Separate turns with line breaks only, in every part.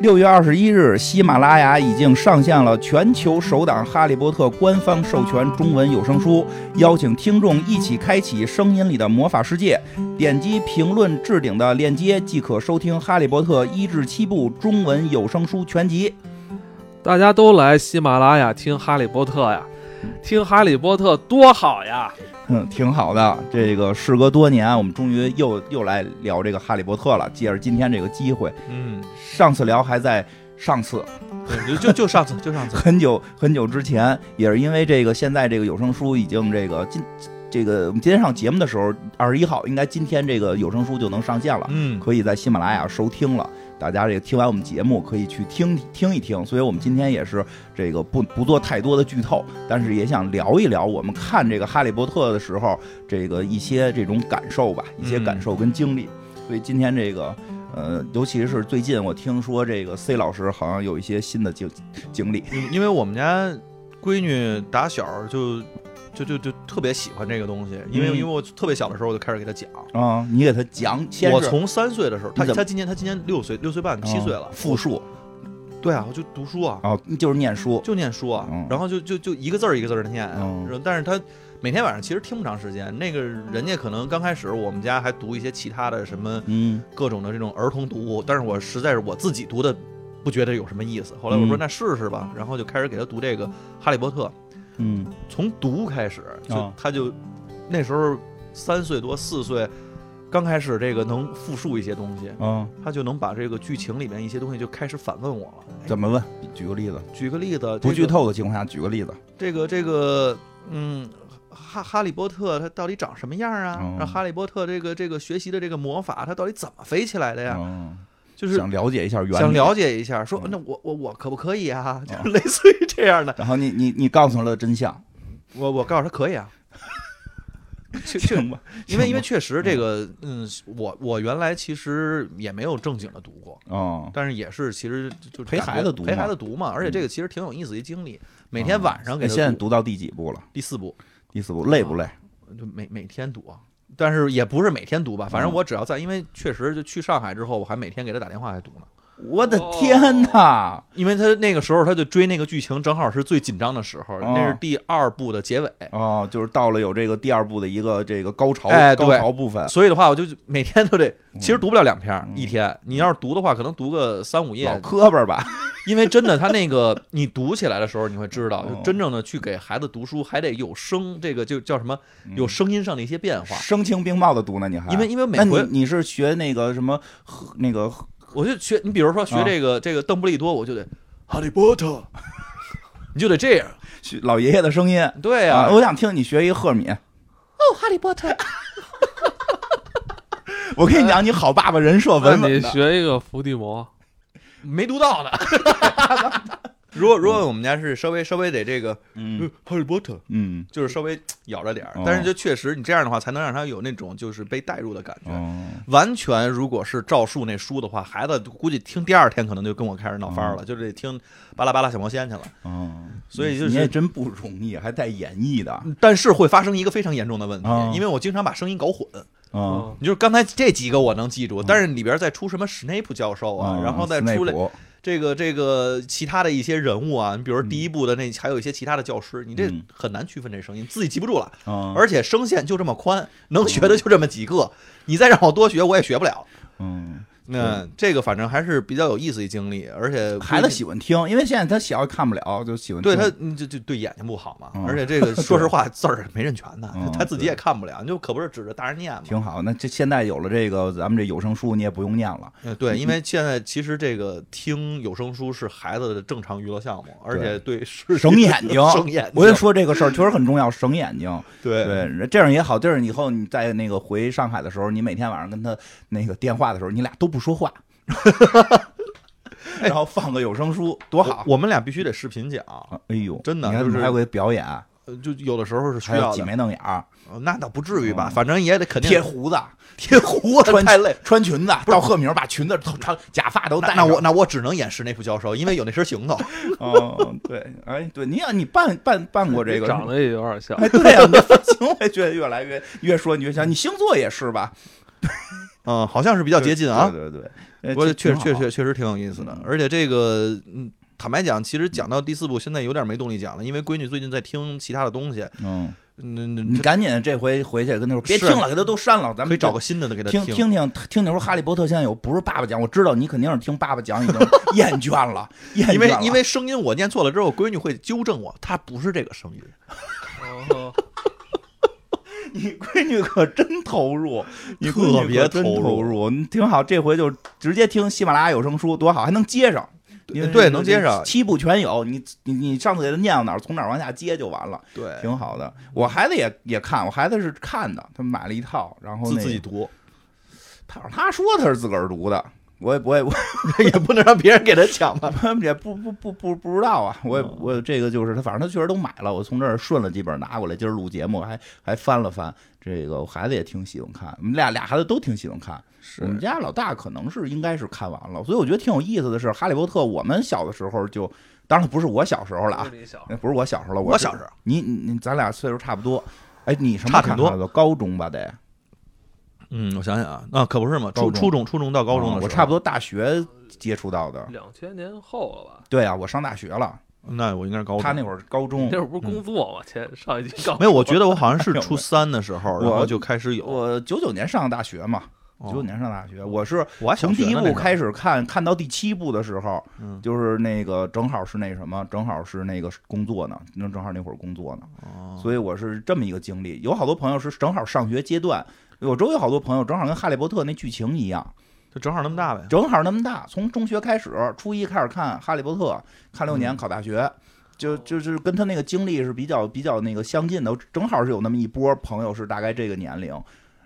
六月二十一日，喜马拉雅已经上线了全球首档《哈利波特》官方授权中文有声书，邀请听众一起开启声音里的魔法世界。点击评论置顶的链接，即可收听《哈利波特》一至七部中文有声书全集。
大家都来喜马拉雅听《哈利波特》呀，听《哈利波特》多好呀！
嗯，挺好的。这个事隔多年，我们终于又又来聊这个《哈利波特》了。借着今天这个机会，
嗯，
上次聊还在上次，
对，就就就上次，就上次，
很久很久之前，也是因为这个，现在这个有声书已经这个今这个我们今天上节目的时候，二十一号应该今天这个有声书就能上线了，
嗯，
可以在喜马拉雅收听了。大家这个听完我们节目可以去听听一听，所以我们今天也是这个不不做太多的剧透，但是也想聊一聊我们看这个《哈利波特》的时候，这个一些这种感受吧，一些感受跟经历。所以今天这个呃，尤其是最近我听说这个 C 老师好像有一些新的经经历，
嗯因因为我们家闺女打小就就就就特别喜欢这个东西，因为、
嗯
因为我特别小的时候我就开始给她讲。
啊，你给他讲，先
我
是
从三岁的时候，她
你怎么
她今年她今年六岁六岁半
啊
七岁了，
复述
对啊，我就读书啊，
啊，就是念书，
就念书啊，
嗯
然后就就就一个字儿一个字儿的念啊，
嗯
然后但是她每天晚上其实听不长时间，那个人家可能刚开始我们家还读一些其他的什么
嗯
各种的这种儿童读物，但是我实在是我自己读的不觉得有什么意思，后来我说
嗯
那试试吧，然后就开始给她读这个《哈利波特》，
嗯
从读开始，
啊
就他就那时候三岁多四岁，刚开始这个能复述一些东西，
啊，
他就能把这个剧情里面一些东西就开始反问我了。哎
怎么问？举个例子，
举个例子，
不剧
这个，
透的情况下举个例子，
这个这个，嗯。哈哈利波特他到底长什么样啊？
哦
然后哈利波特这个这个学习的这个魔法，他到底怎么飞起来的呀？
嗯。
就是
想了解一下原理
想了解一下，说
嗯
那我我我可不可以啊？就
哦
类似于这样的，
然后你你你告诉了真相，
我我告诉他可 以啊，就就
行吧？
因为
行
因为
吧
确实这个，嗯，我我原来其实也没有正经的读过，
哦，
但是也是其实就是
陪
感觉
孩子读
陪
嘛嗯啊哎
孩子读嘛，而且这个其实挺有意思一经历，每天晚上给
那现在
他
读到第几部了？
第四部，
第四部累不累？
就每每天读啊，但是也不是每天读吧，反正
嗯
我只要在，因为确实就去上海之后，我还每天给他打电话还读呢，
我的天哪！
因为他那个时候他就追那个剧情，正好是最紧张的时候，
哦
那是第二部的结尾，
哦，就是到了有这个第二部的一个这个高潮
哎对
高潮部分，
所以的话我就每天都得，其实读不了两篇儿
嗯
一天，你要是读的话，可能读个三五页
老，磕巴吧？
因为真的，他那个你读起来的时候，你会知道，
哦
就真正的去给孩子读书，还得有声，这个就叫什么？有
嗯
声音上的一些变化。
声情并茂的读呢，你还
因为因为每
那你
回
你是学那个什么和那个和
我就学，你比如说学
啊
这个这个邓布利多，我就得哈利波特， 你就得这样。
学老爷爷的声音
对呀，
啊？
哦，
我想听你学一赫敏。
哈利波特，
我跟你讲，你好爸爸人设
那
稳
你
稳
啊
的，
学一个伏地魔，
没读到呢。 如果如果我们家是稍微稍微得这个呃
嗯
哈利波特，
嗯
就是稍微咬着点儿
哦，
但是就确实你这样的话，才能让他有那种就是被带入的感觉。
哦。
完全，如果是照述那书的话，孩子估计听第二天可能就跟我开始闹翻儿
嗯
了，就得听巴拉巴拉小魔仙去了。
哦，
所以就是
你也真不容易，还带演绎的啊
但是会发生一个非常严重的问题，
啊
因为我经常把声音搞混。
嗯
啊！
你就是刚才这几个我能记住，但是里边再出什么史内普教授啊，然后再
斯哦内
出来
普
这个这个其他的一些人物啊，你比如说第一部的那还有一些其他的教师，你这
嗯
很难区分这声音，自己记不住了。
啊，
而且声线就这么宽，能学的就这么几个，你再让我多学我也学不了。
嗯，
那这个反正还是比较有意思一经历，而且
孩子
喜。
喜欢听，因为现在他小也看不了，就喜欢听
对他，嗯就就对眼睛不好嘛
嗯。
而且 这个说实话，字儿没认全的
嗯，
他自己也看不了，你就可不是指着大人念嘛。
挺好。那这现在有了这个咱们这有声书，你也不用念了。
呃对，因为现在其实这个听有声书是孩子的正常娱乐项目，而且对是
省眼睛
省眼睛。
我也说这个事儿确实很重要，省眼睛。
对
对，这样也好。这样以后你在那个回上海的时候，你每天晚上跟他那个电话的时候，你俩都不说 话，然后放个有声书，多好。
我我们俩必须得视频讲，
啊哎呦，
真的
你看
就是
还有个表演，啊
呃就有的时候是需
还有
要
挤
的。
眉弄眼儿，
呃那倒不至于吧，
嗯
反正也得肯定
贴胡子，啊
贴胡 子
穿
太累。
穿裙子，啊到赫敏把裙子穿假发都戴
那
上。
那我那我只能演示内普教授，因为有那身行头。
哦，对，哎，对，你想你办办办过这个？啊
长得也有点像。
哎，对呀、你的发型我也觉得越来越越说你越像，你星座也是吧？
嗯，好像是比较接近啊。
对对对，呃
不过
挺
确
好
确确确实挺有意思的
嗯，
而且这个嗯。坦白讲，其实讲到第四部，现在有点没动力讲了，因为闺女最近在听其他的东西，
嗯，
嗯，嗯
你赶紧这回回去跟他说，别
是
听了，给他都删了，咱
可以
们
找个新的给他
听
听
听听听你说《哈利波特》现在有不是爸爸讲，我知道你肯定是听爸爸讲已 经厌倦了，厌倦了。
因为因为声音我念错了之后，闺女会纠正我，她不是这个声音。
哦
你闺女可真投入，你
特
闺女可
别
真
投入
投入，你挺好。这回就直接听喜马拉雅有声书，多好，还能接上。因为
对
这
能接上
七部全有。你你你上次给他念到哪儿，从哪儿往下接就完了，
对，
挺好的。我孩子也也看，我孩子是看的，他买了一套，然后
自
那
自己读，
他他说他是自个儿读的，我也我也我
也不能让别人给他讲吧。
他们 也不不不不不知道啊，我也
嗯
我这个就是他，反正他确实都买了，我从这儿顺了几本拿过来，今儿录节目还还翻了翻。这个我孩子也挺喜欢看，我们俩俩孩子都挺喜欢看。
是
我们家老大可能是应该是看完了，所以我觉得挺有意思的是，《哈利波特》我们小的时候就，当然不是我小时候了啊
不，是你小
那不是我小时候了，
我
是
小时候
你你你咱俩岁数差不多。哎，你什么
差
时候看
挺
哈利波特？高中吧得，
嗯，我想想啊，那可不是嘛，
高
初
中
初中初中到高中
啊
的时候，
我差不多大学接触到的。
两千年后了吧？
对啊，我上大学了，
多，那我应该是高中。
他那会儿高 中，
那会儿不是工作吗？前上一集告
没有，我觉得我好像 是
没有
初三的时候，
我
然后就开始有。
我九九年上大学嘛，
哦
九九年上大学，我是
我还小
从
学
第一
呢
部
那时候
开始看，看到第七部的时候，
嗯
就是那个正好是那什么，正好是那个工作呢，那正好那会儿工作呢，
哦
所以我是这么一个经历。有好多朋友是正好上学阶段，我周围有好多朋友正好跟《哈利波特》那剧情一样，
就正好那么大呗。
正好那么大，从中学开始，初一开始看《哈利波特》，看六年，考大学。就就是跟他那个经历是比较比较那个相近的，正好是有那么一波朋友是大概这个年龄。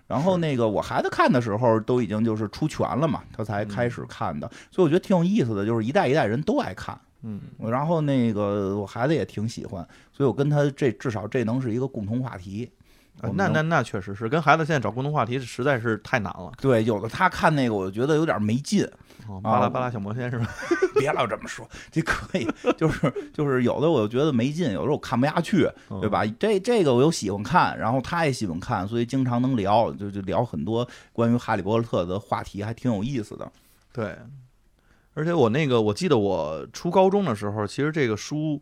然后那个我孩子看的时候都已经就是出全了嘛，他才开始看的，所以我觉得挺有意思的，就是一代一代人都爱看。
嗯，
然后那个我孩子也挺喜欢，所以我跟他这至少这能是一个共同话题。
啊
我们
那
能
那那确实是跟孩子现在找共同话题实在是太难了。
对，有的他看那个，我觉得有点没劲，
哦
啊
巴拉
我
巴拉小魔仙是吧？
别老这么说，这可以，就是就是有的我觉得没劲，有的我看不下去， 对
嗯
吧？这这个我又喜欢看，然后他也喜欢看，所以经常能聊，就就聊很多关于《哈利波特》的话题，还挺有意思的。
对，而且我那个，我记得我初高中的时候，其实这个书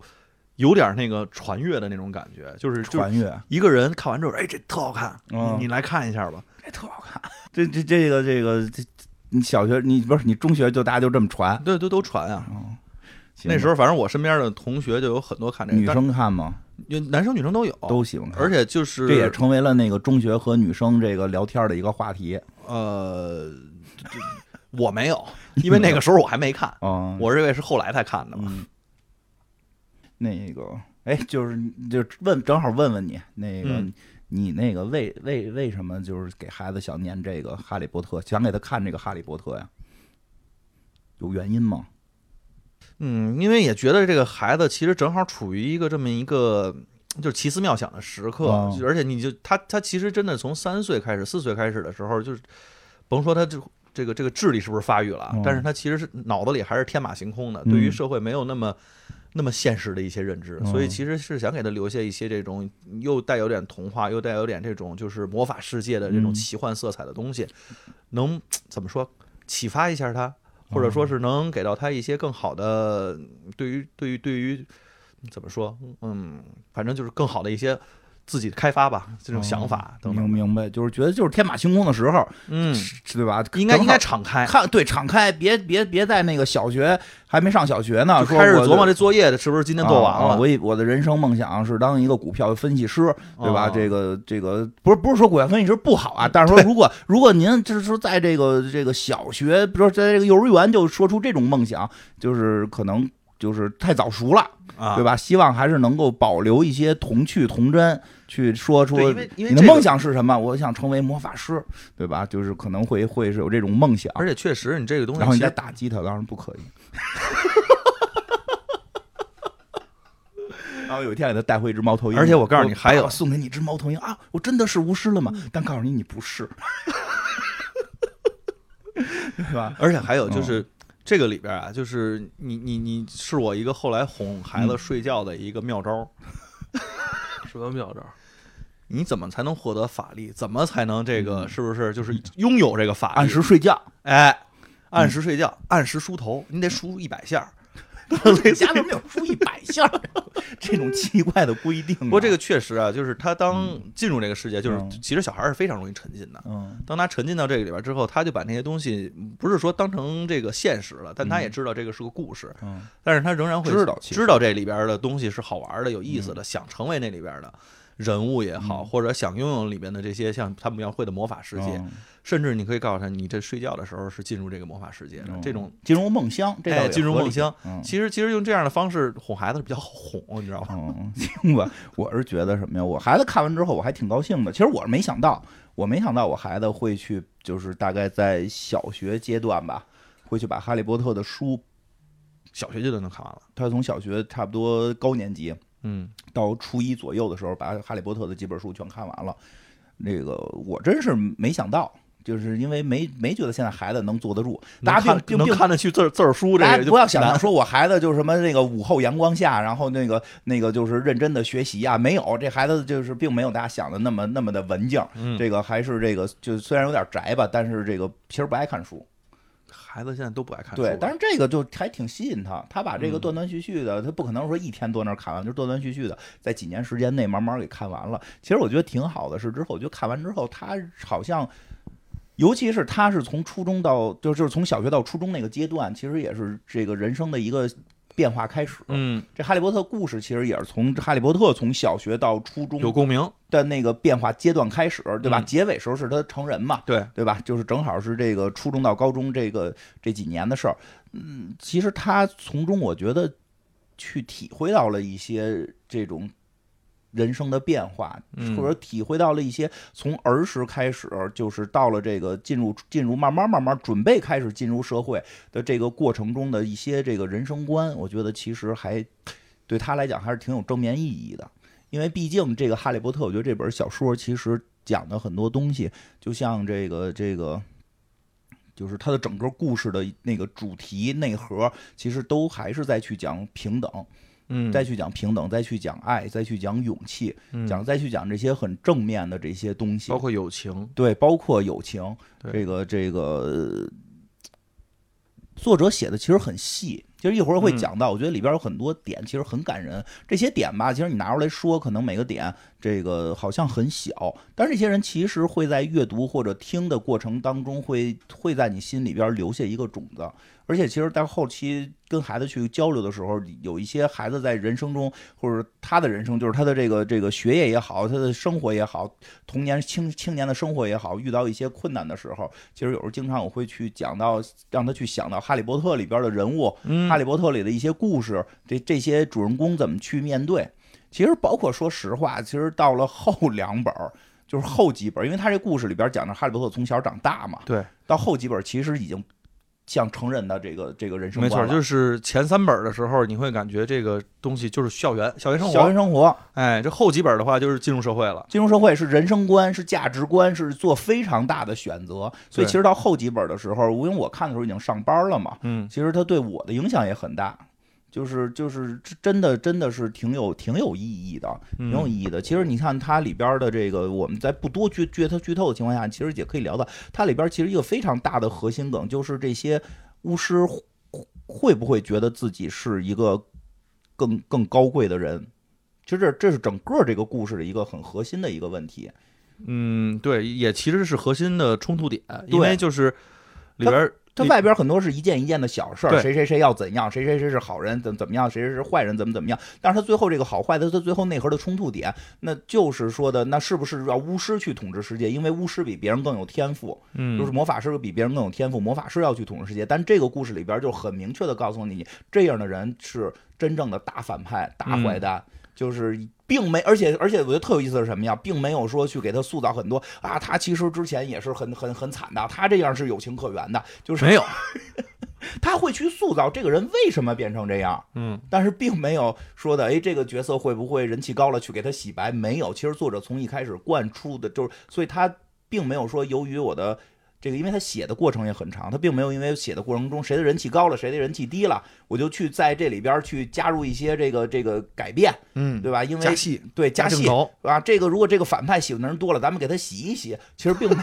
有点那个传阅的那种感觉，就是就是
穿越，
一个人看完之后，哎，这特好看，
嗯
你你来看一下吧。
这特好看。 这这这个这个，这你小学你不是你中学就大家就这么传，
对，都都传啊。
嗯，行
那时候反正我身边的同学就有很多看这个，
女生看吗？
但是男生女生都有，
都喜欢看，
哦而且就是
这也成为了那个中学和女生这个聊天的一个话题。
呃，这我没有，因为那个时候我还没看，
嗯，
我认为是后来才看的嘛。
嗯，那个，哎，就是就问，正好问问你，那个、
嗯
你那个为为为什么就是给孩子想念这个《哈利波特》，想给他看这个《哈利波特》呀？有原因吗？
嗯，因为也觉得这个孩子其实正好处于一个这么一个就是奇思妙想的时刻，
哦
就而且你就他他其实真的从三岁开始、四岁开始的时候，就是甭说他这这个这个智力是不是发育了啊，
哦
但是他其实是脑子里还是天马行空的，
嗯
对于社会没有那么。那么现实的一些认知，
哦
所以其实是想给他留下一些这种又带有点童话，又带有点这种就是魔法世界的这
嗯
种奇幻色彩的东西，能怎么说启发一下他，或者
哦
说是能给到他一些更好的对于对于对于怎么说，嗯，反正就是更好的一些自己的开发吧，这种想法等
明
等，
哦明白，就是觉得就是天马行空的时候，
嗯，
是对吧？
应该
正
应
好
该敞开，
看对敞开，别别别在那个小学还没上小学呢，
就
啊说
开始
我
琢磨这作业是不是今天做完
啊啊
了，
我以我的人生梦想是当一个股票分析师，对吧？
哦嗯
这个这个不是不是说股票分析师不好啊，但是说如果如果您就是说在这个这个小学，比如说在这个幼儿园就说出这种梦想，就是可能就是太早熟了，
啊，
对
吧？
吧？希望还是能够保留一些童趣童真，去说出
对因为因为
你的
这个
梦想是什么？我想成为魔法师，对吧？就是可能会会是有这种梦想，
而且确实，你这个东西
然后
其
你
实
再打击他，当然不可以。 然后有一天给他带回一只猫头鹰，
而且我告诉你还有嗯
爸爸送给你一只猫头鹰啊！我真的是巫师了吗？但告诉你，你不 是，对吧？
而且还有就是。
嗯
这个里边啊，就是你你你是我一个
嗯
后来哄孩子睡觉的一个妙招儿，
什么妙招？
你怎么才能获得法力？怎么才能这个
嗯
是不是就是拥有这个法力？
按时睡觉，
哎，按时睡觉，按时梳头，你得梳一百下儿。 类似
家怎么有出一百下 儿这种奇怪的规定？
不
不
过这个，确实啊，就是他当进入这个世界，就是
嗯
其实小孩儿是非常容易沉浸的。
嗯
当他沉浸到这个里边之后，他就把那些东西嗯不是说当成这个现实了，但他也
嗯
知道这个是个故事，
嗯
但是他仍然会
知道其实
知道这里边的东西是好玩的、有意思的，想成为那里边的人物也好，
嗯
或者想拥有里边的这些像他们一样会的魔法世界，
嗯
甚至你可以告诉他，你这睡觉的时候是进入这个魔法世界的
嗯
这种。
进入梦乡，这倒
哎，
也
进入
合理
梦，乡，
嗯。
其实其实用这样的方式哄孩子是比较好哄，你知道 吗？
嗯，行吧， 我是觉得什么呀？我孩子看完之后我还挺高兴的。其实我是没想到，我没想到我孩子会去，就是大概在小学阶段吧，会去把《哈利波特》的书，
小学就能看完了，
他从小学差不多高年级
嗯，
到初一左右的时候，把《哈利波特》的几本书全看完了。那个我真是没想到，就是因为没没觉得现在孩子能坐得住，大家
能看
并并
能
并
看得 去字儿字儿书，这
大
个
家
就
不要想
难
象说我孩子就是什么那个午后阳光下，然后那个那个就是认真的学习啊，没有，这孩子就是并没有大家想的那么那么的文静，
嗯
这个还是这个就虽然有点宅吧，但是这个其实不爱看书，
孩子现在都不爱看书了。
对，但是这个就还挺吸引他，他把这个
嗯
断断续续的，他不可能说一天坐那儿看完，就断断续续的在几年时间内慢慢给看完了。其实我觉得挺好的，是之后我觉得看完之后，他好像。尤其是他是从初中到，就就是从小学到初中那个阶段，其实也是这个人生的一个变化开始。
嗯，
这《哈利波特》故事其实也是从《哈利波特》从小学到初
有
中
共鸣，
的那个变化阶段开始，对吧？
嗯
结尾时候是他成人嘛，
对，
对吧？就是正好是这个初中到高中这个这几年的事儿。嗯，其实他从中我觉得去体会到了一些这种人生的变化，
嗯
或者体会到了一些从儿时开始，就是到了这个进入进入慢慢慢慢准备开始进入社会的这个过程中的一些这个人生观，我觉得其实还对他来讲还是挺有正面意义的。因为毕竟这个《哈利波特》，我觉得这本小说其实讲的很多东西，就像这个这个，就是它的整个故事的那个主题内核，其实都还是在去讲平等，
嗯，
再去讲平等，再去讲爱，再去讲勇气，
嗯
讲再去讲这些很正面的这些东西
包，括友情，
对，包括友情，
对
这个这个作者写的其实很细，其实一会儿会
嗯
讲到，我觉得里边有很多点其实很感人。这些点吧，其实你拿出来说，可能每个点这个好像很小，但是这些人其实会在阅读或者听的过程当中会，会在你心里边留下一个种子。而且，其实，在后期跟孩子去交流的时候，有一些孩子在人生中，或者他的人生，就是他的这个这个学业也好，他的生活也好，童年青青年的生活也好，遇到一些困难的时候，其实有时候经常我会去讲到，让他去想到《哈利波特》里边的人物，
嗯
哈利波特》里的一些故事，这这些主人公怎么去面对。其实包括说实话，其实到了后两本儿，就是后几本儿，因为他这故事里边讲的哈利波特从小长大嘛，
对，
到后几本儿其实已经像成人的这个这个人生
没错，
观了，
就是是前三本的时候，你会感觉这个东西就是校园校园生
校
活
园，生活。
哎，这后几本的话就是进入社会了，
金融社会是人生观，是价值观，是做非常大的选择。所以
对
其实到后几本的时候，因为我看的时候已经上班了嘛，
嗯，
其实它对我的影响也很大。就是就是真的真的是挺有挺有意义的，挺
嗯
有意义的。其实你看它里边的这个，我们在不多剧剧透剧透的情况下，其实也可以聊到它里边其实一个非常大的核心梗，就是这些巫师会会不会觉得自己是一个更更高贵的人？其实这这是整个这个故事的一个很核心的一个问题。
嗯，对，也其实是核心的冲突点，
对
因为就是里边儿
它
里
外边很多是一件一件的小事儿，
对
谁谁谁要怎样，谁谁谁是好人怎么怎么样，谁谁是坏人怎么怎么样。但是它最后这个好坏的，它最后内核的冲突点，那就是说的，那是不是要巫师去统治世界？因为巫师比别人更有天赋，
嗯
就是魔法师比别人更有天赋，魔法师要去统治世界。但这个故事里边就很明确的告诉你，这样的人是真正的大反派、大
嗯
坏蛋，就是。并没，而且而且，我觉得特有意思的是什么呀？并没有说去给他塑造很多啊，他其实之前也是很很很惨的，他这样是有情可原的，就是
没有，
他会去塑造这个人为什么变成这样，
嗯，
但是并没有说的，哎，这个角色会不会人气高了去给他洗白？没有，其实作者从一开始灌出的就是，所以他并没有说由于我的这个因为他写的过程也很长，他并没有因为写的过程中谁的人气高了，谁的人气低了，我就去在这里边儿去加入一些这个这个改变，
嗯，
对吧？因为
加戏
对加
镜
戏
头，
啊，这个如果这个反派喜欢的人多了，咱们给他洗一洗，其实并没，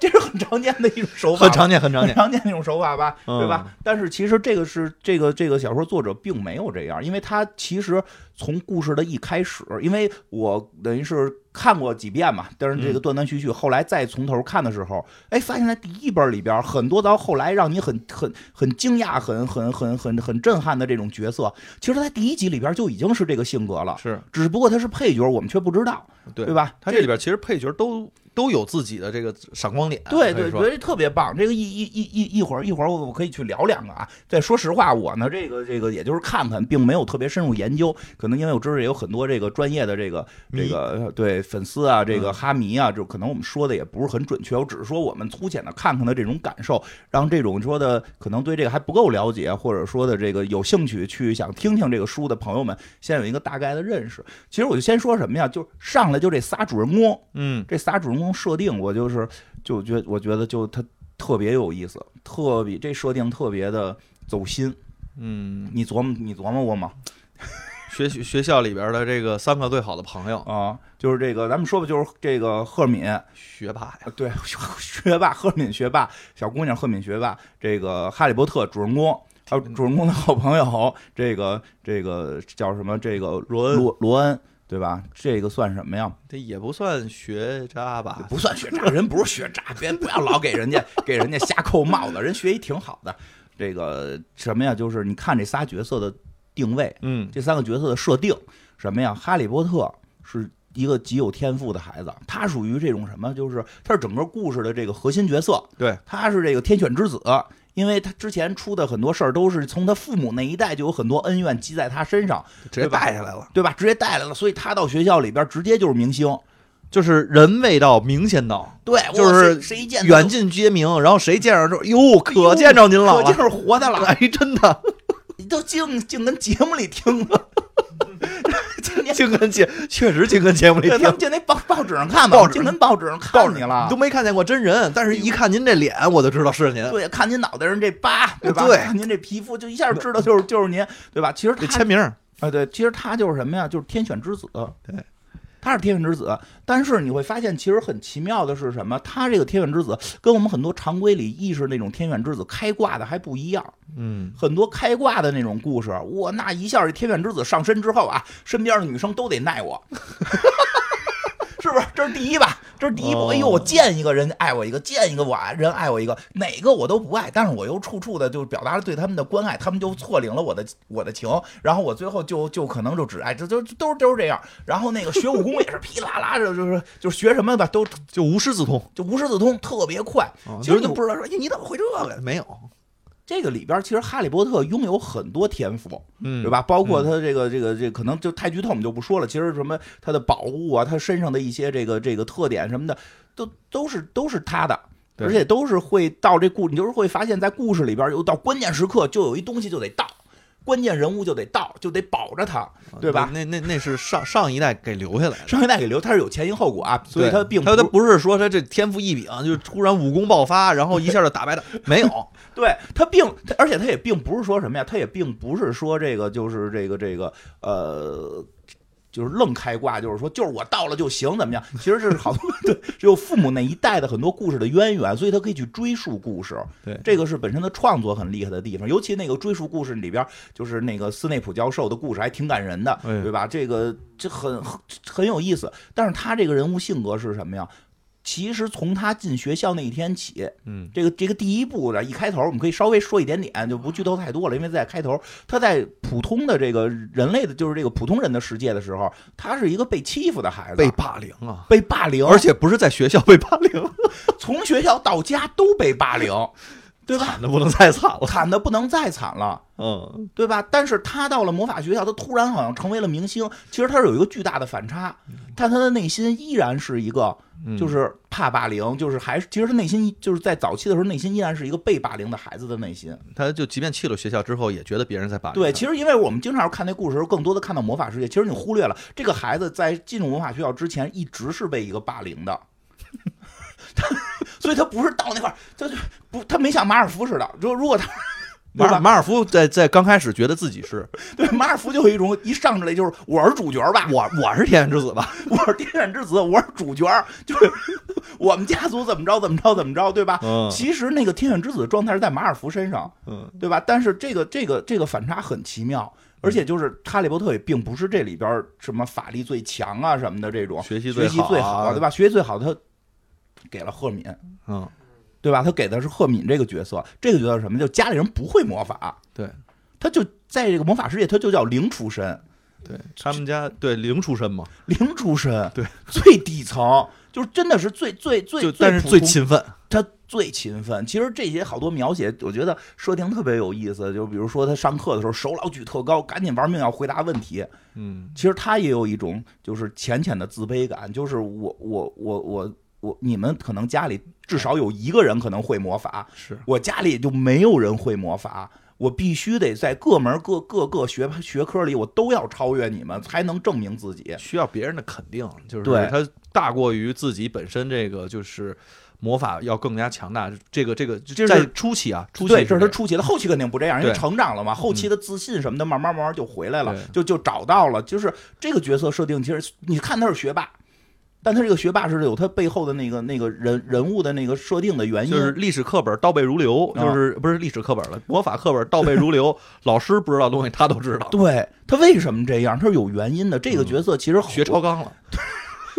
这是很常见的一种手法
很
吧，
常见，很常
很
见。
常见那种手法吧，
嗯
对吧？但是其实这个是这个这个小说作者并没有这样，因为他其实从故事的一开始，因为我等于是看过几遍嘛，但是这
嗯
个断断续续，后来再从头看的时候，哎，发现在第一本里边很多到后来让你很很很惊讶、很很很很很震撼的这种角色，其实在第一集里边就已经是这个性格了，
是
只不过他是配角，我们却不知道，
对
对吧？
他这里边其实配角都都有自己的这个闪光点，啊
对
可以
对，
说
觉得特别棒。这个一一一一一会儿一会儿我我可以去聊两个啊。再说实话，我呢这个这个也就是看看，并没有特别深入研究。可能因为我知道也有很多这个专业的这个这
迷
个呃对粉丝啊，这个
嗯
哈迷啊，就可能我们说的也不是很准确。我只是说我们粗浅的看看的这种感受，让这种说的可能对这个还不够了解，或者说的这个有兴趣去想听听这个书的朋友们，先有一个大概的认识。其实我就先说什么呀，就上来就这仨主人公。
嗯，
这仨主人公设定，我就是就觉我觉得就他特别有意思，特别这设定特别的走心。
嗯，
你琢磨你琢磨过吗？
学习学校里边的这个三个最好的朋友，
啊，就是这个，咱们说吧，就是这个赫敏，
学霸呀，
对，学 霸赫敏学霸，小姑娘赫敏学霸，这个哈利波特主人公。还有主人公的好朋友，这个这个叫什么？这个
罗恩
罗罗恩，对吧？这个算什么呀？
这也不算学渣吧？
不算学渣，人不是学渣，别不要老给人家给人家瞎扣帽子，人学习挺好的。这个什么呀？就是你看这仨角色的定位，
嗯，
这三个角色的设定，什么呀？哈利波特是一个极有天赋的孩子，他属于这种什么？就是他是整个故事的这个核心角色，
对，
他是这个天选之子。因为他之前出的很多事儿都是从他父母那一代就有很多恩怨积在他身上，
直
对
接
吧
带下来了，
对吧？直接带来了，所以他到学校里边直接就是明星。
就是人未到，名先到，
对，
就
哇
是
谁谁一见他就
远近皆明。然后谁见着之后，哟，哎可见着您老
可劲
了，
儿活的了，
哎，真 的，
你都净净跟节目里听了。 今天
净跟节确实净跟节目里
对，
听
咱们就那报报纸上看吧，
报
我
纸
净跟报纸上
报
看
纸
你了
你都。哎没看见过真人，但是一看您这脸，我就知道是您。
对，看您脑袋上这疤，对吧？
对
看您这皮肤，就一下知道就是就是您，对吧？其实
这
他
签名，
啊，对，其实他就是什么呀？就是天选之子。
对，
他是天选之子，但是你会发现，其实很奇妙的是什么？他这个天选之子跟我们很多常规里意识那种天选之子开挂的还不一样。
嗯，
很多开挂的那种故事，哇，那一下这天选之子上身之后啊，身边的女生都得耐我， 是不是？这是第一吧，这是第一步。
哦
哎呦，我见一个人爱我一个，见一个我爱人爱我一个，哪个我都不爱，但是我又处处的就表达了对他们的关爱，他们就错领了我的我的情，然后我最后就就可能就只爱，这就都都是这样。然后那个学武功也是噼啦啦的， 就是就是学什么吧，都
就无师自通。
就无师自通，特别快。
哦
其实
你
你
说
不知道说，哎，你怎么会这个？
没有，
这个里边其实哈利波特拥有很多天赋，
嗯
对？吧？包括他这个这个这个可能就太剧透我们就不说了。其实什么他的宝物啊，他身上的一些这个这个特点什么的，都都是都是他的。
对
而且都是会到这故，你就是会发现，在故事里边有到关键时刻，就有一东西就得到，关键人物就得到，就得保着他。对吧
那那那是上上一代给留下来的。
上一代给留，他是有前因后果啊，所以
对
他并不
他他不是说他这天赋异禀，就突然武功爆发，然后一下就打败 的，没有，
对他并，他而且他也并不是说什么呀，他也并不是说这个就是这个这个呃。就是愣开挂，就是说，就是我到了就行，怎么样？ 其实这是好多对，有父母那一代的很多故事的渊源，所以他可以去追溯故事。
对
这个是本身的创作很厉害的地方，尤其那个追溯故事里边，就是那个斯内普教授的故事还挺感人的，
哎
对吧？这个这很很很有意思。但是他这个人物性格是什么呀？其实从他进学校那一天起，
嗯，
这个这个第一步的一开头，我们可以稍微说一点点，就不剧透太多了，因为在开头，他在普通的这个人类的，就是这个普通人的世界的时候，他是一个被欺负的孩子，
被霸凌啊，
被霸凌，
而且不是在学校被霸凌，
从学校到家都被霸凌，对吧？
那不能太惨了，
惨的不能再惨了。
嗯，
对吧？但是他到了魔法学校，他突然好像成为了明星。其实他是有一个巨大的反差，但他的内心依然是一个，
嗯
就是怕霸凌，就是还是其实他内心就是在早期的时候，内心依然是一个被霸凌的孩子的内心。
他就即便去了学校之后，也觉得别人在霸凌他，
对，其实因为我们经常看那故事的时候，更多的看到魔法世界，其实你忽略了这个孩子在进入魔法学校之前，一直是被一个霸凌的。所以他不是到那块儿，他就不他没像马尔福似的，就如果 他
马
对吧
尔马尔福在在刚开始觉得自己 是
对马尔福就有一种一上来就是我是主角吧，
我我是天选之子吧，
我是天选之子，我是主角，就是我们家族怎么着怎么着怎么着，对吧？
嗯
其实那个天选之子的状态是在马尔福身上，
嗯
对吧？但是这个这个这个反差很奇妙，而
嗯
且就是《哈利波特》也并不是这里边儿什么法力最强啊什么的这种
学习最
学习最
好
好
啊
啊，对吧？学习最好的他给了赫敏，
嗯，
对吧？他给的是赫敏这个角色，这个角色是什么？就家里人不会魔法，
对，
他就在这个魔法世界，他就叫零出身，
对他们家对零出身嘛，
零出身，
对，
最底层就是真的是最最最，
就
最
但是
普
最
通
勤奋，
他最勤奋。其实这些好多描写，我觉得设定特别有意思。就比如说他上课的时候手老举特高，赶紧玩命要回答问题。
嗯
其实他也有一种就是浅浅的自卑感，就是我我我我我，你们可能家里至少有一个人可能会魔法，
是
我家里就没有人会魔法。我必须得在各门各各个学学科里，我都要超越你们，才能证明自己。
需要别人的肯定，就是
对
他大过于自己本身这个就是魔法要更加强大，这个这个
这是
在初期啊，初期
对，这是他
样
初期的，后期肯定不这样，因为
对嗯
成长了嘛，后期的自信什么的，慢慢慢慢就回来了
对，
就就找到了。就是这个角色设定，其实你看他是学霸，但他这个学霸是有他背后的那个那个人人物的那个设定的原因。
就是历史课本倒背如流，
啊
就是不是历史课本了， 魔法课本倒背如流，老师不知道东西他都知道，
对他为什么这样，他是有原因的。这个
嗯
角色其实好
学超纲了，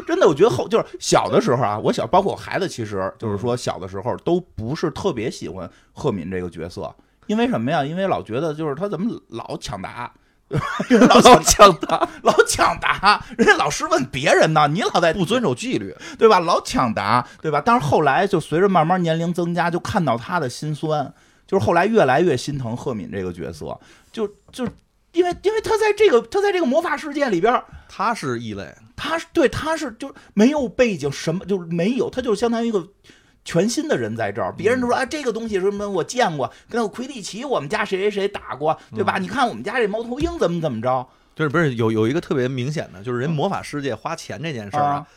真的，我觉得后就是小的时候啊，我小包括我孩子，其实就是说小的时候都不是特别喜欢赫敏这个角色，因为什么呀？因为老觉得就是他怎么老抢答。老老抢答，老抢答，人家老师问别人呢，你老在
不遵守纪律，
对吧？老抢答，对吧？但是后来就随着慢慢年龄增加，就看到他的心酸，就是后来越来越心疼赫敏这个角色，就就因为因为他在这个他在这个魔法世界里边，
他是异类，
他是对，他是就是没有背景，什么就是没有，他就相当于一个全新的人在这儿。别人都说啊，
嗯
这个东西什么我见过，跟那个魁地奇我们家谁谁谁打过，
嗯
对吧？你看我们家这猫头鹰怎么怎么着
就是不是有有一个特别明显的，
嗯
就是人魔法世界花钱这件事儿啊
啊，？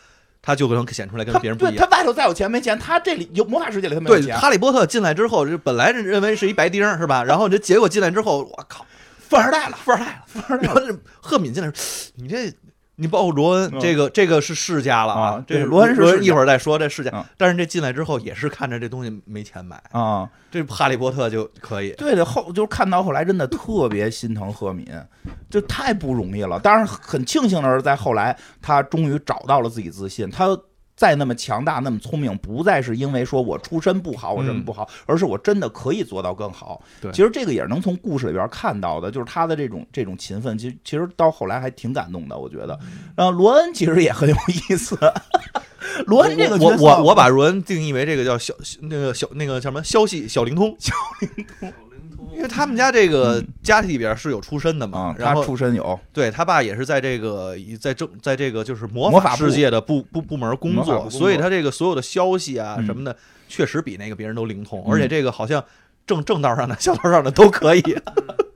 他就可能显出来跟
他
别人不
对
一
他
样。
外头再有钱没钱，他这里有魔法世界里他没有
对，
钱，
哈利波特进来之后，这本来认认为是一白丁儿是吧？然后这结果进来之后，我靠，
富二代了，
富二代了。
富二代
然
了
后这赫敏进来说，你这你包括罗恩
嗯，
这个这个是世家了
啊
这
对
是
罗恩是世家
一会儿再说这世家
嗯。
但是这进来之后也是看着这东西没钱买，
啊！
这哈利波特就可以。
对的，后就是看到后来真的特别心疼赫敏，就太不容易了。当然很庆幸的是，在后来他终于找到了自己自信，他。再那么强大，那么聪明，不再是因为说我出身不好，我什么不好，而是我真的可以做到更好。
嗯对
其实这个也是能从故事里边看到的，就是他的这种这种勤奋，其实其实到后来还挺感动的，我觉得。
嗯
然后罗恩其实也很有意 思，罗恩这个角
我
色
我我把罗恩定义为这个叫小那个小那个叫什么消息小灵通，嗯因为他们家这个家里边是有出身的嘛
啊，，
然
他
后
出身有
对他爸也是在这个在政在这个就是魔
魔法部
世界的部部部门工
魔法部
作，
工作
所以他这个所有的消息啊
嗯
什么的，确实比那个别人都灵通，
嗯
而且这个好像正正道上的、 小道上的都可以，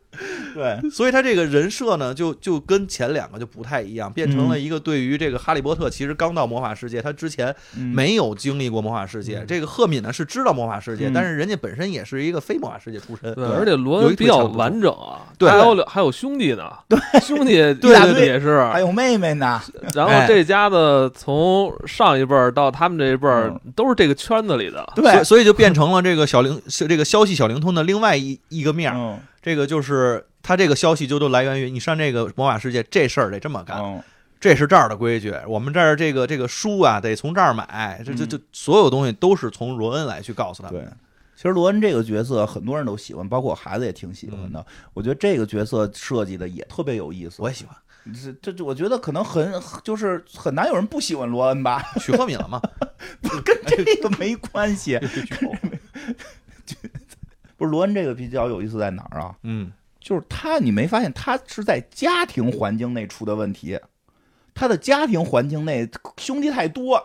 对
所以他这个人设呢，就就跟前两个就不太一样，变
嗯
成了一个对于这个哈利波特其实刚到魔法世界，他之前
嗯
没有经历过魔法世界，这个赫敏呢是知道魔法世界，
嗯
但是人家本身也是一个非魔法世界出身，
对，而且罗
有一
恩
腿
比较
长不错
完整啊，
对
还有两还有兄弟呢，对，兄弟
对
一大堆
对
也是，
还有妹妹呢，
然后这家的从上一辈儿到他们这一辈儿都是这个圈子里的，
对
所以，所以就变成了这个小灵是这个消息小灵通的另外一一个面儿，
嗯
这个就是他这个消息就都来源于你上这个魔法世界这事儿得这么干，
嗯
这是这儿的规矩，我们这儿这个这个书啊得从这儿买，这这这所有东西都是从罗恩来去告诉他们
嗯对。其实罗恩这个角色很多人都喜欢，包括我孩子也挺喜欢的。我觉得这个角色设计的也特别有意思。
嗯我也喜欢
这这这，我觉得可能很就是很难有人不喜欢罗恩 吧，
许赫敏了嘛，
跟这个没关 系。 不是罗恩这个比较有意思在哪儿啊？
嗯，
就是他，你没发现他是在家庭环境内出的问题？他的家庭环境内兄弟太多，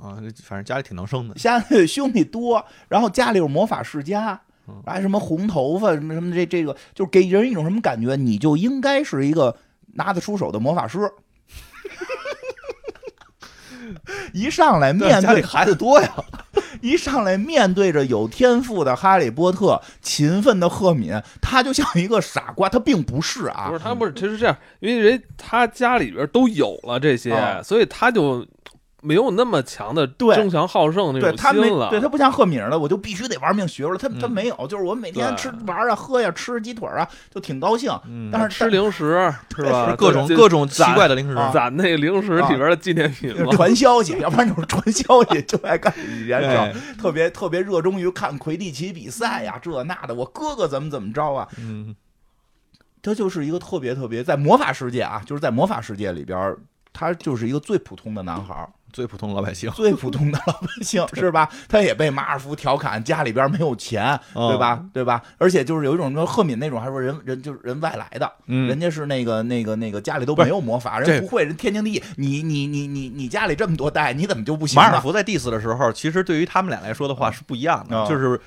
啊，反正家里挺 能生的，
家里兄弟多，然后家里有魔法世家
嗯，
还什么红头发什么什么这这个，就是给人一种什么感觉，你就应该是一个拿得出手的魔法师。一上来
对啊
面
家里
对
孩子多呀，
一上来面对着有天赋的哈利波特、勤奋的赫敏，他就像一个傻瓜，他并不是啊
不。是他不是，其实这样，因为人他家里边都有了这些，
啊
所以他就没有那么强的
对
争强好胜那
对
种
他没
心，了。
对他不像赫敏了，我就必须得玩命学了。他他
嗯
没有，就是我每天
对
吃玩啊、喝呀、吃鸡腿啊，就挺高兴。
嗯
但是
吃零食是吧？
各种
就
各种奇
攒
怪的零食，
啊
攒那零食里边的纪念品嘛。
传销去，要不然就是传销去，就爱干这件事儿
对，
特别特别热衷于看魁地奇比赛呀、这那的。我哥哥怎么怎么着啊？
嗯，
这就是一个特别特别在魔法世界啊，就是在魔法世界里边儿，他就是一个最普通的男孩儿，
最普通老百姓，
最普通的老百姓是吧？他也被马尔福调侃家里边没有钱，对吧？对吧？而且就是有一种说赫敏那种，还说人人就是人外来的，
嗯
人，家是那个那个那个家里都
不是
没有魔法，
这
人不会，人天经地义。你你你你你家里这么多代，你怎么就不行
马尔
呢？
福在 diss 的时候，其实对于他们俩来说的话是不一样的，
啊
就是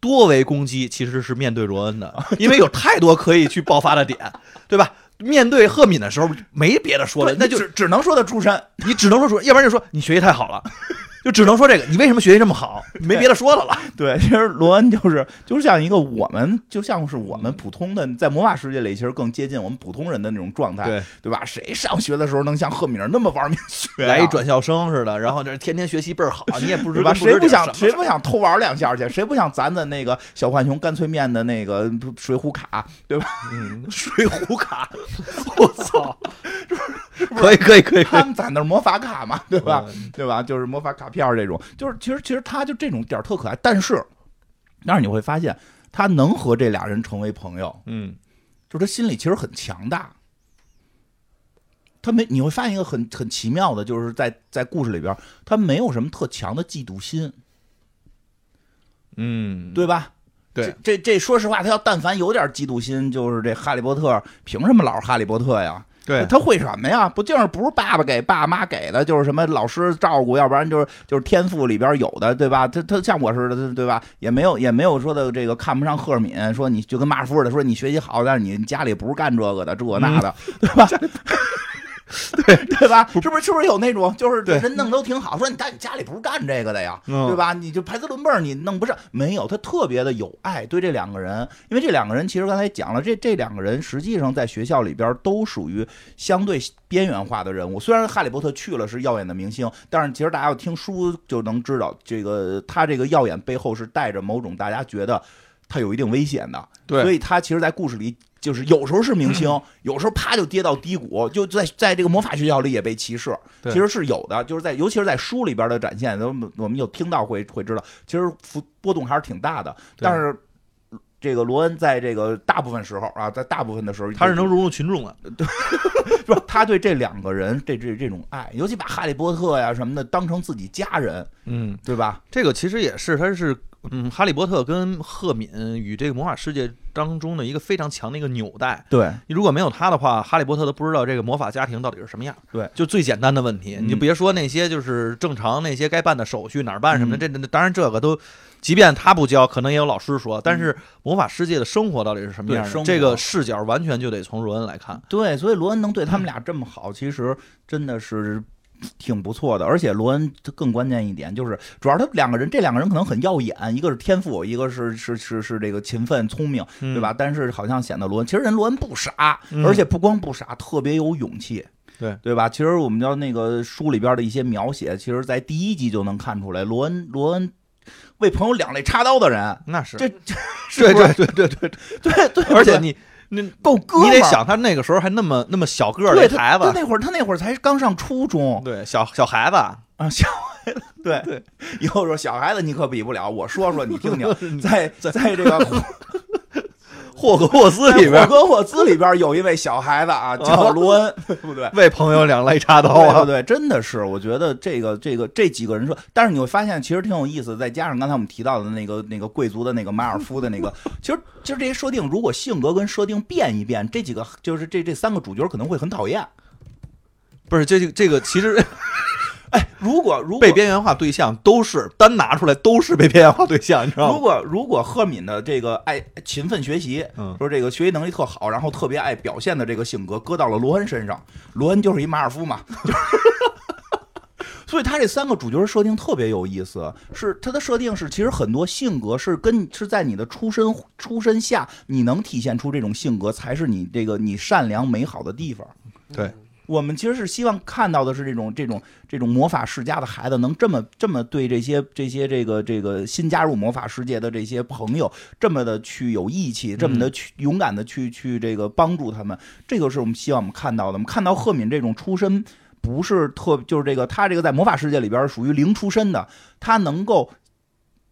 多维攻击其实是面对罗恩的，因为有太多可以去爆发的点，对吧？面对赫敏的时候没别的说了，
对
那
你
就
只只能说他出身，
你只能说说，要不然就说你学习太好了，就只能说这个，你为什么学习这么好？没别的说的了。
对，其实罗恩就是就是像一个我们，就像是我们
嗯
普通的，在魔法世界里，其实更接近我们普通人的那种状态，
对
对吧？谁上学的时候能像赫敏儿那么玩命学、啊？
来一转校生似的，然后这天天学习倍儿好，你也不知
对
道
吧？谁
不
不想谁不想偷玩两下去？谁不想攒攒那个小浣熊干脆面的那个水浒卡，对 吧？
水浒 卡？我操！可以可以可以可
他
以，
们攒的是魔法卡嘛，对
对
吧？？对吧？就是魔法卡片儿这种，就是其实其实他就这种点儿特可爱，但是但是你会发现他能和这俩人成为朋友，
嗯，
就是他心里其实很强大。他没，你会发现一个很很奇妙的，就是在在故事里边儿，他没有什么特强的嫉妒心，
嗯，
对吧？
对
这这这说实话，他要但凡有点嫉妒心，就是这哈利波特凭什么老是哈利波特呀？
对，
他会什么呀？不就是不是爸爸给爸妈给的，就是什么老师照顾，要不然就是就是天赋里边有的，对吧？他他像我似的，对吧？也没有也没有说的这个看不上赫敏，说你就跟马尔福似的，说你学习好，但是你家里不是干这个的，这那的，对吧？对对吧？是不是是不是有那种就是
对
人弄都挺好，说你但你家里不是干这个的呀，
嗯
对吧？你就排资论辈儿你弄不上，没有他特别的有爱对这两个人，因为这两个人其实刚才讲了，这这两个人实际上在学校里边都属于相对边缘化的人物。虽然哈利波特去了是耀眼的明星，但是其实大家要听书就能知道，这个他这个耀眼背后是带着某种大家觉得他有一定危险的。
对嗯
所以他其实，在故事里就是有时候是明星，有时候啪就跌到低谷，就在在这个魔法学校里也被歧视。
对
其实是有的，就是在尤其是在书里边的展现，我们我们有听到会会知道，其实浮波动还是挺大的。
对
但是。这个罗恩在这个大部分时候啊，在大部分的时候，
他是能融入群众的，
不是他对这两个人这这这种爱，尤其把哈利波特呀什么的当成自己家人，
嗯。
对吧？
这个其实也是，它是嗯，哈利波特跟赫敏与这个魔法世界当中的一个非常强的一个纽带。
对，
如果没有他的话，哈利波特都不知道这个魔法家庭到底是什么样。
对，
就最简单的问题，
嗯
你就别说那些就是正常那些该办的手续哪儿办什么的，
嗯
这这当然这个都，即便他不教，可能也有老师说。但是魔法世界的生活到底是什么样
对
的，
生活
这个视角完全就得从罗恩来看。
对，所以罗恩能对他
嗯
们俩这么好，其实真的是挺不错的。而且罗恩他更关键一点就是，主要他们两个人，这两个人可能很耀眼，一个是天赋，一个是是是是这个勤奋聪明，对吧？但是好像显得罗恩，其实人罗恩不傻，
嗯
而且不光不傻，特别有勇气。
对
对吧？其实我们叫那个书里边的一些描写，其实在第一集就能看出来，罗恩罗恩为朋友两肋插刀的人，
那 是
这
对
是不
对
是
对对 对，
对对，
而且你那
够哥们
你
儿
得想，他那个时候还那么那么小个儿
对
的
他
孩
他
子，
那会儿他那会儿才刚上初中，
对小小孩子，
啊，小孩子，对对，以后说小孩子你可比不了，我说说 你听听，在在这个
霍格沃兹里
在哎霍
边
格沃兹里边有一位小孩子啊，叫罗恩， 对不对？
为朋友两肋插刀
对对
啊，
对，真的是，我觉得这个这个这几个人说，但是你会发现其实挺有意思，再加上刚才我们提到的那个那个贵族的那个马尔夫的那个，其实其实这些设定如果性格跟设定变一变，这几个就是这这三个主角可能会很讨厌。
不是这这这个其实
如果如果
被边缘化对象都是单拿出来都是被边缘化对象，你知道
如
吗？
果如果赫敏的这个爱勤奋学习，
嗯
说这个学习能力特好，然后特别爱表现的这个性格，搁到了罗恩身上，罗恩就是一马尔夫嘛，就是 所以他这三个主角设定特别有意思，是他的设定是其实很多性格是跟是在你的出身出身下，你能体现出这种性格才是你这个你善良美好的地方。
对，
我们其实是希望看到的是这种这种这种魔法世家的孩子能这么这么对这些这些这个这个新加入魔法世界的这些朋友这么的去有义气，这么的去勇敢的去去这个帮助他们，这个是我们希望我们看到的。我们看到赫敏这种出身不是特就是这个他这个在魔法世界里边属于零出身的，他能够。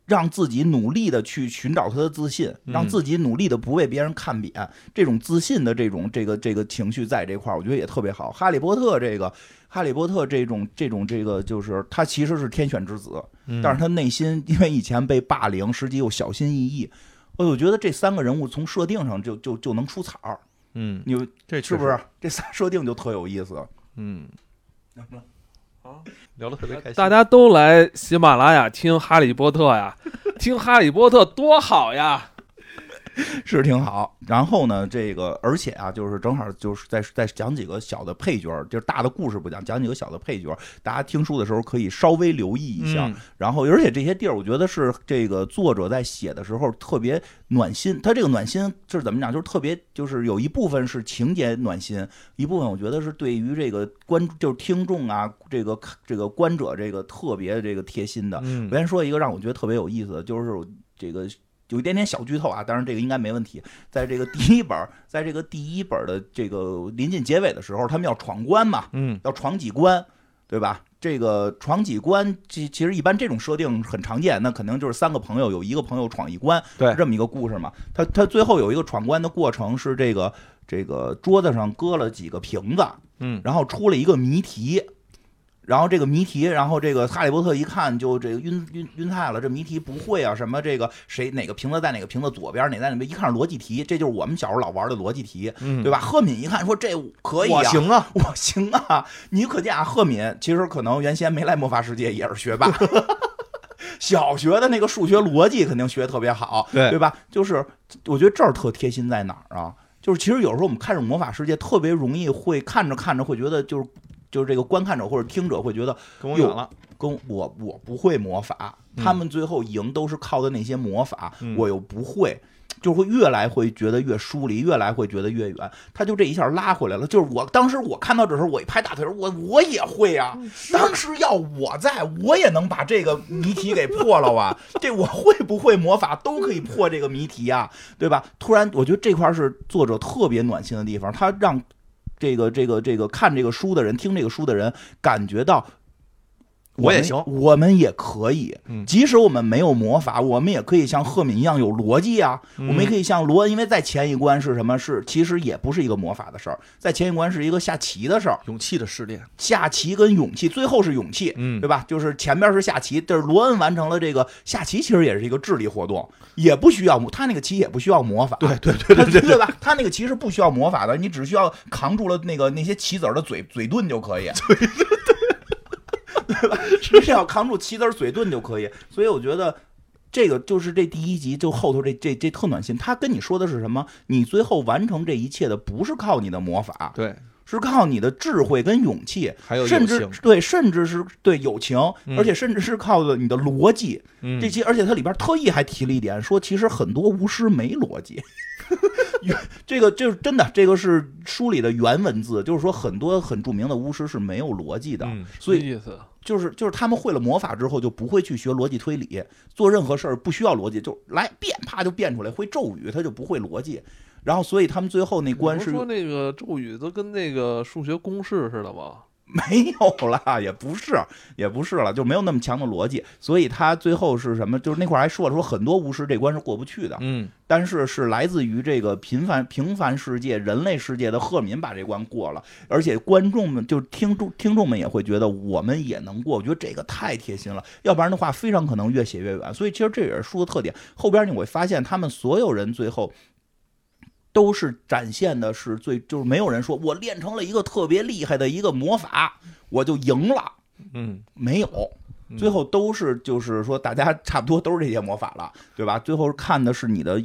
让自己努力的去寻找他的自信，
嗯
让自己努力的不被别人看扁，这种自信的这种这个这个情绪在这块儿，我觉得也特别好。哈利波特这个，哈利波特这种这种这个，就是他其实是天选之子，
嗯
但是他内心因为以前被霸凌，实际又小心翼翼。我我觉得这三个人物从设定上就就就能出彩儿，
嗯，
你们
这确
是不
实
是？这仨设定就特有意思。
嗯，聊得特别开心。
大家都来喜马拉雅听《哈利波特》 呀，听《哈利波特》多好呀！
是挺好。然后呢，这个而且啊，就是正好就是再再讲几个小的配角儿，就是大的故事不讲，讲几个小的配角儿，大家听书的时候可以稍微留意一下。
嗯
然后，而且这些地儿，我觉得是这个作者在写的时候特别暖心。他这个暖心是怎么讲？就是特别，就是有一部分是情节暖心，一部分我觉得是对于这个观就是听众啊，这个这个观者这个特别这个贴心的。
嗯
我，先说一个让我觉得特别有意思的，就是这个有一点点小剧透啊，当然这个应该没问题。在这个第一本儿，在这个第一本儿的这个临近结尾的时候，他们要闯关嘛，
嗯
要闯几关，对吧？这个闯几关，其其实一般这种设定很常见，那肯定就是三个朋友有一个朋友闯一关，
对
是这么一个故事嘛。他他最后有一个闯关的过程是这个这个桌子上搁了几个瓶子，
嗯，
然后出了一个谜题，然后这个谜题，然后这个哈利波特一看就这个晕晕晕菜了，这谜题不会啊，什么这个谁哪个瓶子在哪个瓶子左边，哪在哪边，一看是逻辑题，这就是我们小时候老玩的逻辑题，
嗯
对吧？赫敏一看说这可以
我
啊。
行啊，
我行啊，你可见啊，赫敏其实可能原先没来魔法世界也是学霸， 小学的那个数学逻辑肯定学得特别好，
对
对吧？就是我觉得这儿特贴心在哪儿啊？就是其实有时候我们看着魔法世界，特别容易会看着看着会觉得就是就是这个观看者或者听者会觉得
跟我远了。
跟我我不会魔法，
嗯
他们最后赢都是靠的那些魔法，
嗯
我又不会。就会越来会觉得越疏离，越来会觉得越远。他就这一下拉回来了。就是我当时我看到这时候，我一拍大腿，我我也会啊！当时要我在，我也能把这个谜题给破了啊！ 这我会不会魔法都可以破这个谜题啊，对吧？突然，我觉得这块是作者特别暖心的地方，他让这个这个这个看这个书的人、听这个书的人感觉到
我也
们
行
我们也可以。
嗯
即使我们没有魔法，我们也可以像赫敏一样有逻辑啊。
嗯
我们也可以像罗，因为在前一关是什么？是其实也不是一个魔法的事儿，在前一关是一个下棋的事儿。
勇气的试炼，
下棋跟勇气，最后是勇气，
嗯
对吧？就是前边是下棋，就是罗恩完成了这个下棋，其实也是一个智力活动，也不需要他那个棋也不需要魔法，
对对
对
对对对，
对吧？他那个棋是不需要魔法的，你只需要扛住了那个那些棋子儿的嘴嘴遁就可以， 对对对，对吧？你只要扛住棋子儿嘴遁就可以，所以我觉得。这个就是这第一集，就后头这这这特暖心。他跟你说的是什么？你最后完成这一切的不是靠你的魔法，
对，
是靠你的智慧跟勇气，
还有
甚
友
至
情，
对，甚至是对友情，
嗯
而且甚至是靠的你的逻辑。
嗯
这期，而且它里边特意还提了一点，说其实很多巫师没逻辑。 这个就是真的，这个是书里的原文字，就是说很多很著名的巫师是没有逻辑的，
嗯
所以
什么意思，
就是就是他们会了魔法之后就不会去学逻辑推理，做任何事儿不需要逻辑，就来变，啪就变出来，会咒语他就不会逻辑，然后所以他们最后那关
你不
是
是说那个咒语都跟那个数学公式似的吗？
没有啦， 也不是，也不是了，就没有那么强的逻辑，所以他最后是什么？就是那块儿还说了，说很多巫师这关是过不去的，
嗯
但是是来自于这个平凡平凡世界、人类世界的赫敏把这关过了，而且观众们就听众听众们也会觉得我们也能过，我觉得这个太贴心了，要不然的话非常可能越写越远。所以其实这也是书的特点，后边你会发现他们所有人最后。都是展现的是最，就是没有人说我练成了一个特别厉害的一个魔法，我就赢了。
嗯，
没有，
嗯
最后都是就是说大家差不多都是这些魔法了， 对吧？最后看的是你的。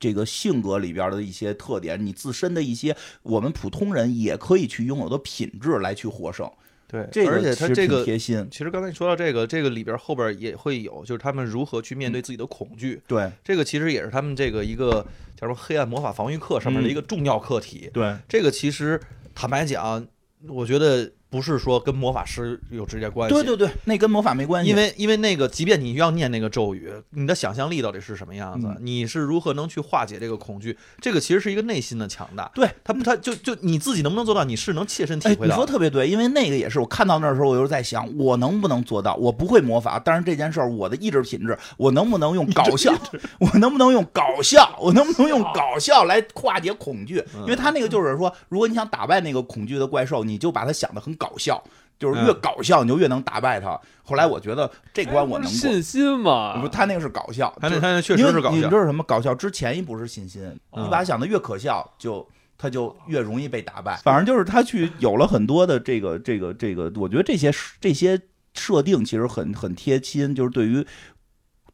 这个性格里边的一些特点，你自身的一些我们普通人也可以去拥有的品质来去获胜，
对，
这个
而且
其
他
实
这
挺
个
贴心，
其实刚才你说到这个，这个里边后边也会有，就是他们如何去
嗯
面对自己的恐惧。
对
这个其实也是他们这个一个叫什么黑暗魔法防御课上面
嗯
的一个重要课题。
对，
这个其实坦白讲，我觉得不是说跟魔法师有直接关系。
对对对，那跟魔法没关系，
因为因为那个，即便你要念那个咒语，你的想象力到底是什么样子？
嗯
你是如何能去化解这个恐惧？这个其实是一个内心的强大。
对
他们，他就就你自己能不能做到？你是能切身体
哎，
会
你
到
说
的。
特别对，因为那个也是我看到那儿的时候，我就是在想，我能不能做到？我不会魔法，但是这件事儿，我的意志品质，我能不能用搞 笑？我能不能用搞笑？我能不能用搞笑来化解恐惧？
嗯
因为他那个就是说，如果你想打败那个恐惧的怪兽，你就把它想的很搞笑，就是越
嗯
搞笑你就越能打败它。后来我觉得这关我能
哎
过，
哎信心嘛
不，，他 那个是搞笑，
啊他
就
那
是
他那确
因
实
为
是搞
你
笑
知。道什么搞笑？之前一步是信心，
嗯
你把它想的越可笑，就他就越容易被打败。反正就是他去有了很多的这个这个这个，我觉得这些这些设定其实很很贴心，就是对于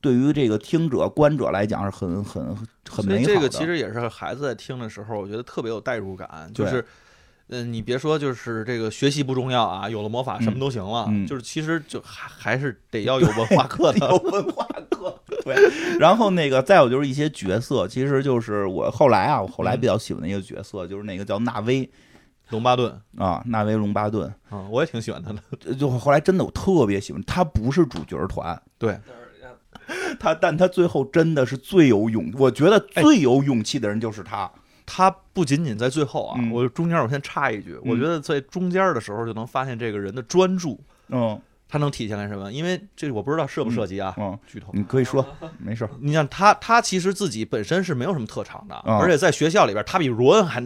对于这个听者观者来讲是很很很
所
美
以
好的。
这个其实也是孩子在听的时候，我觉得特别有代入感，就
对
是。嗯，你别说，就是这个学习不重要啊，有了魔法什么都行了。
嗯嗯
就是其实就还还是得要有文化课的
有。 文化课。对，然后那个再有就是一些角色，其实就是我后来啊，我后来比较喜欢的一个角色、就是那个叫纳威
龙巴顿，
啊，纳威龙巴顿。
嗯，我也挺喜欢他的。
就后来真的我特别喜欢他，不是主角团，
对
他，但他最后真的是最有勇，我觉得最有勇气的人就是他。
他不仅仅在最后啊，
嗯
我中间我先插一句，我觉得在中间的时候就能发现这个人的专注，
嗯
他能体现来什么？因为这我不知道涉不涉及啊，
嗯，
剧透。
你可以 说，没事儿。
你像他，他其实自己本身是没有什么特长的，
啊
而且在学校里边，他比罗恩还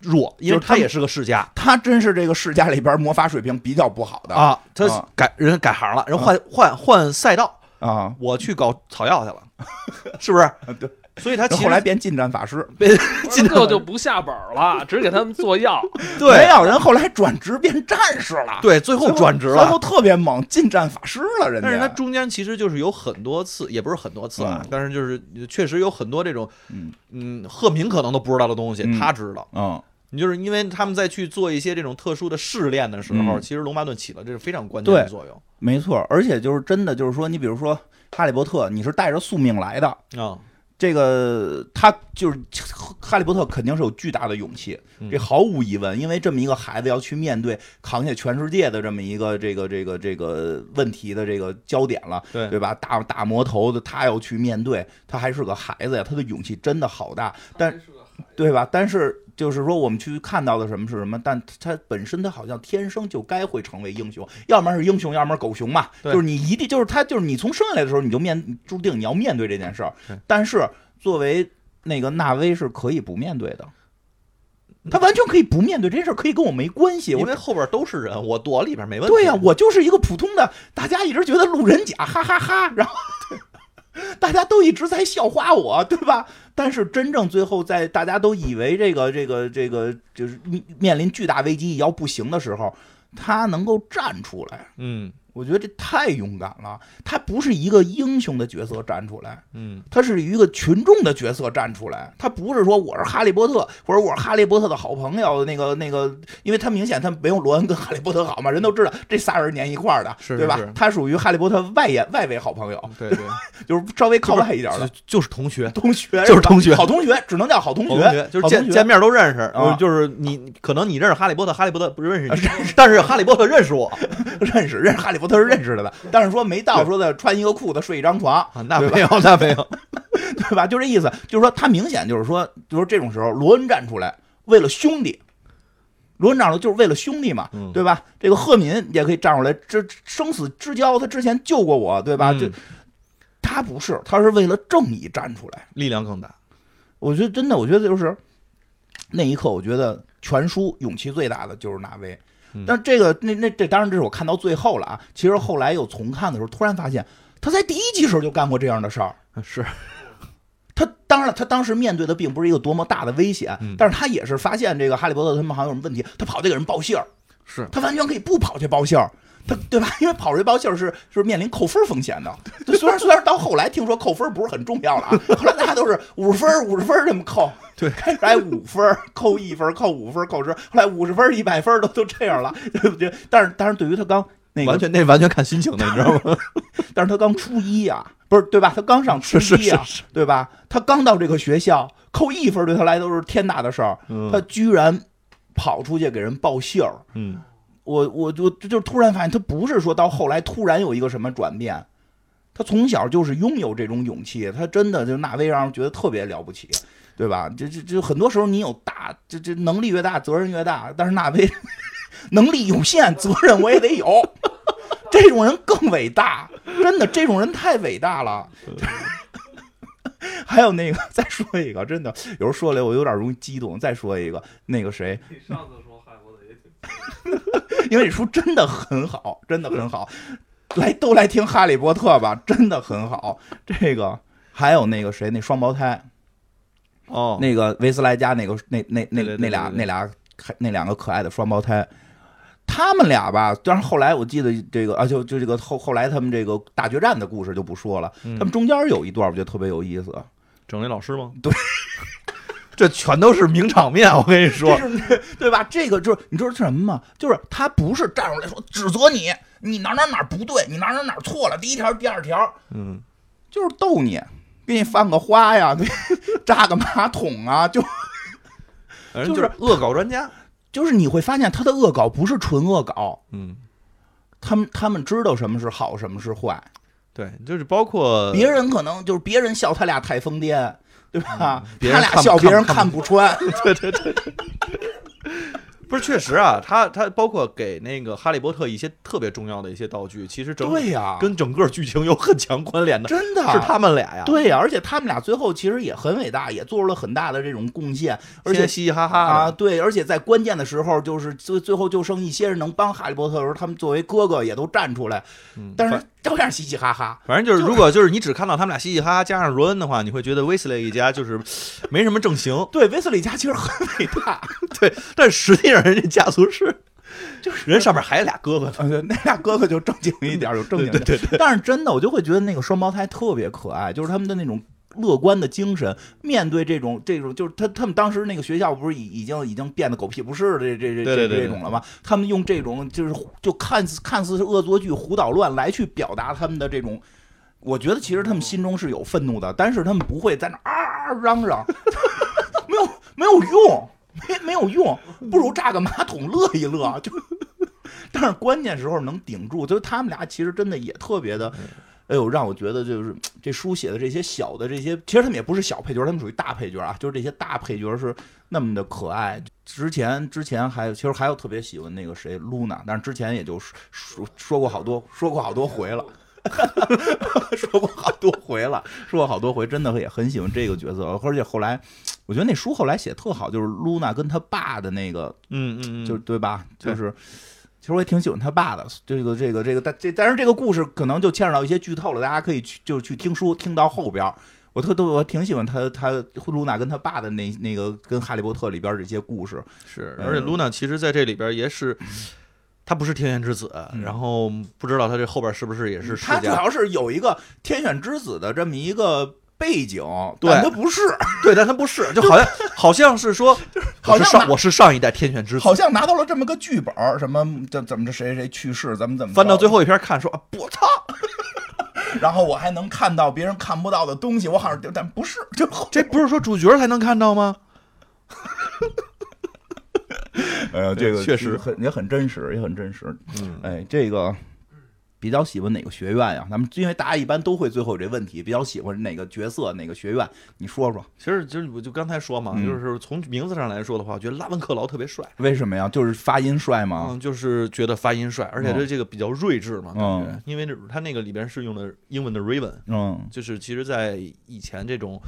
弱，因
就
为
是他
他
们
也是个世家。
他真是这个世家里边魔法水平比较不好的
啊，他
啊嗯
改人改行了，人换换换赛道，
啊！
我去搞草药 去了，是不是？
对。
所以他
然
其
后
实
后来变近战法师，
这个就不下本了，只给他们做药。
没
对
有人后来转职变战士了，
对，
最
最后
后
转职
最后
了。
特别猛，近战法师了，人家。
但是他中间其实就是有很多次，也不是很多次啊
嗯，
但是就是确实有很多这种，
嗯
嗯，贺敏可能都不知道的东西
嗯，
他知道。
嗯，
你就是因为他们在去做一些这种特殊的试炼的时候，
嗯
其实龙巴顿起了这是非常关键的
对
作用
没错，而且就是真的就是说，你比如说《哈利波特》，你是带着宿命来的，
啊。
这个他就是哈利波特，肯定是有巨大的勇气，
嗯
这毫无疑问。因为这么一个孩子要去面对扛下全世界的这么一个这个这个这个问题的这个焦点了，
对
对吧？大大魔头的他要去面对，他还是个孩子呀，他的勇气真的好大， 但对吧？但是就是说，我们去看到的什么是什么，但他本身他好像天生就该会成为英雄，要么是英雄，要么是狗熊嘛。
对
就是你一定就是他，就是你从生下来的时候你就面注定你要面对这件事儿
对。
但是作为那个纳威是可以不面对的，他完全可以不面对这件事儿，可以跟我没关系。
因
我
为后边都是人，我躲里边没问题。啊
对呀、我就是一个普通的，大家一直觉得路人甲，哈哈哈然后大家都一直在笑话我，对吧？但是真正最后在大家都以为这个这个这个就是面临巨大危机要不行的时候，他能够站出来，
嗯
我觉得这太勇敢了。他不是一个英雄的角色站出来，
嗯，
他是一个群众的角色站出来，他不是说我是哈利波特，或者我是哈利波特的好朋友，那个那个，因为他明显他没有罗恩跟哈利波特好嘛，人都知道这仨人粘一块儿的，
是是
对吧
是？
他属于哈利波特外延外围好朋友，
对对，
就是稍微靠外一哦 点的
就就是同学，
同学，
就是同学
好同学，只能叫好同
同
学，
就是
好
见
同学
见面都认识，
啊
呃就是你你可能你认识哈利波特，哈利波特不认识你，
认
但是哈利波特认识 我
认识认识哈利波特是认识的了，
嗯
但是说没到说的穿一个裤子睡一张床，
啊，那
对吧
没有那没有，
对吧？就这意思，就是说他明显就是说，就是这种时候，罗恩站出来为了兄弟，罗恩站出来就是为了兄弟嘛，
嗯
对吧？这个赫敏也可以站出来，这生死之交，他之前救过我，对吧？
嗯
这他不是，他是为了正义站出来。
力量更大。
我觉得真的，我觉得就是那一刻，我觉得全书勇气最大的就是纳威
嗯。
但这个那那这当然这是我看到最后了啊。其实后来又重看的时候，突然发现他在第一集时候就干过这样的事儿。
是，
他当然了，他当时面对的并不是一个多么大的危险，
嗯
但是他也是发现这个哈利波特他们好像有什么问题，他跑去给人报信儿，
是
他完全可以不跑去报信儿。他对吧？因为跑去报信儿是是面临扣分风险 的。就虽然虽然到后来听说扣分不是很重要了啊，后来大家都是五十分五十分这么扣，
对，
开始还五分儿，扣一分儿，扣五分儿，扣十，后来五十分儿、一百分儿都都这样了， 对不对？但是，但是对于他刚那个
完，全那完全看心情的，你知道吗？
但是他刚初一啊，不是对吧？他刚上初
是是
一
是
啊，
是，
对吧？他刚到这个学校，扣一分儿对他来都是天大的事儿，
嗯
他居然跑出去给人报信儿。
嗯，
我我就就就突然发现，他不是说到后来突然有一个什么转变，他从小就是拥有这种勇气，他真的就纳威让人觉得特别了不起，对吧？这这这很多时候你有大这这能力越大，责任越大，但是纳威能力有限，责任我也得有。这种人更伟大，真的，这种人太伟大了。 还有那个，再说一个，真的，有时候说来我有点容易激动。再说一个，那个谁，
你上次说韩国的也挺
因为这书真的很好，真的很好，来都来听《哈利波特》吧，真的很好。这个还有那个谁，那双胞胎，
哦，
那个维斯莱加那个那那那
对对对
那俩
对对
那俩那两个可爱的双胞胎。他们俩吧，当然后来我记得这个啊，就就这个后后来他们这个大决战的故事就不说了。
嗯
他们中间有一段我觉得特别有意思，
整那老师吗？对， 这全都是名场面，我跟你说，
这是对吧？这个就是你知道是什么吗？就是他不是站出来说指责你，你哪哪哪不对，你哪哪哪错了，第一条第二条，
嗯，
就是逗你，给你 放个花呀，对，扎个马桶啊，就
反
就
正
是
是恶搞专家，
就是你会发现他的恶搞不是纯恶搞，
嗯，
他们他们知道什么是好，什么是坏，
对，就是包 括
别人可能就是别人笑他俩太疯癫。对吧？
别
他
人
俩
看不
笑，
看
嗯
不
别人
看
看不穿。
不是确实啊，他他包括给那个哈利波特一些特别重要的一些道具，其实整
对呀，
跟整个剧情有很强关联
啊
的，
真的啊
是他们俩呀。，
对呀，而且他们俩最后其实也很伟大，也做出了很大的这种贡献，而且
嘻嘻哈哈
啊，
的，
对，而且在关键的时候，就是最最后就剩一些人能帮哈利波特的时候，他们作为哥哥也都站出来，
嗯
但
反
是照样嘻嘻哈哈。
反正就是，如果就是你只看到他们俩嘻嘻哈哈，加上罗恩的话，你会觉得威斯莱一家就是没什么正形，
对，威斯利家其实很伟大，
对，但实际上人家家族 是，就是人上面还有俩 哥哥呢，
呃，那俩哥哥就正经一点儿，就正经一点儿。
对对对，
但是真的，我就会觉得那个双胞胎特别可爱，就是他们的那种乐观的精神，面对这种这种，就是他他们当时那个学校不是已已经已经变得狗屁不是的这这这
对
这
对对
这种了吗？他们用这种就是就看似看似是恶作剧、胡捣乱来去表达他们的这种。我觉得其实他们心中是有愤怒的，但是他们不会在那儿啊嚷嚷， 没有没有用，没没有用，不如炸个马桶乐一乐。就，但是关键时候能顶住，就是他们俩其实真的也特别的，哎呦，让我觉得就是这书写的这些小的这些，其实他们也不是小配角，他们属于大配角啊，就是这些大配角是那么的可爱。之前之前还有，其实还有特别喜欢那个谁露娜，但是之前也就说说说过好多说过好多回了。 说过好多回了，说过好多回，真的也很喜欢这个角色。而且后来，我觉得那书后来写特好，就是露娜跟她爸的那个
嗯嗯嗯，
就对吧？就
对
是，其实我也挺喜欢他爸的。这个这个这个，但这但是这个故事可能就牵扯到一些剧透了，大家可以去就是去听书，听到后边儿。我特特我挺喜欢他他露娜跟他爸的那那个跟哈利波特里边儿这些故事，
是，
嗯
而且露娜其实在这里边也是，她不是天选之子，然后不知道她这后边是不是也是
嗯
世
他主
家，
要是有一个天选之子的这么一个背景，
对
但他不是，
对，但她不是，就 好像好像是说，
好像
我是
拿
上我是上一代天选之子
好，像拿到了这么个剧本儿，什么怎怎么着谁谁去世，怎么怎么着
翻到最后一篇看说啊，我操，
然后我还能看到别人看不到的东西，我好像但不是，就
这不是说主角才能看到吗？
呃，这
对
个
确实
很也很真实，也很真实。
嗯，
哎，这个比较喜欢哪个学院呀？咱们因为大家一般都会最后有这问题，比较喜欢哪个角色、哪个学院？你说说
其实就是我就刚才说嘛，
嗯
就是从名字上来说的话，我觉得拉文克劳特别帅。
为什么呀？就是发音帅吗？
嗯，就是觉得发音帅，而且
啊嗯
这这个比较睿智嘛，感
嗯
觉，因为那他那个里边是用的英文的 Raven，
嗯
就是其实，在以前这种，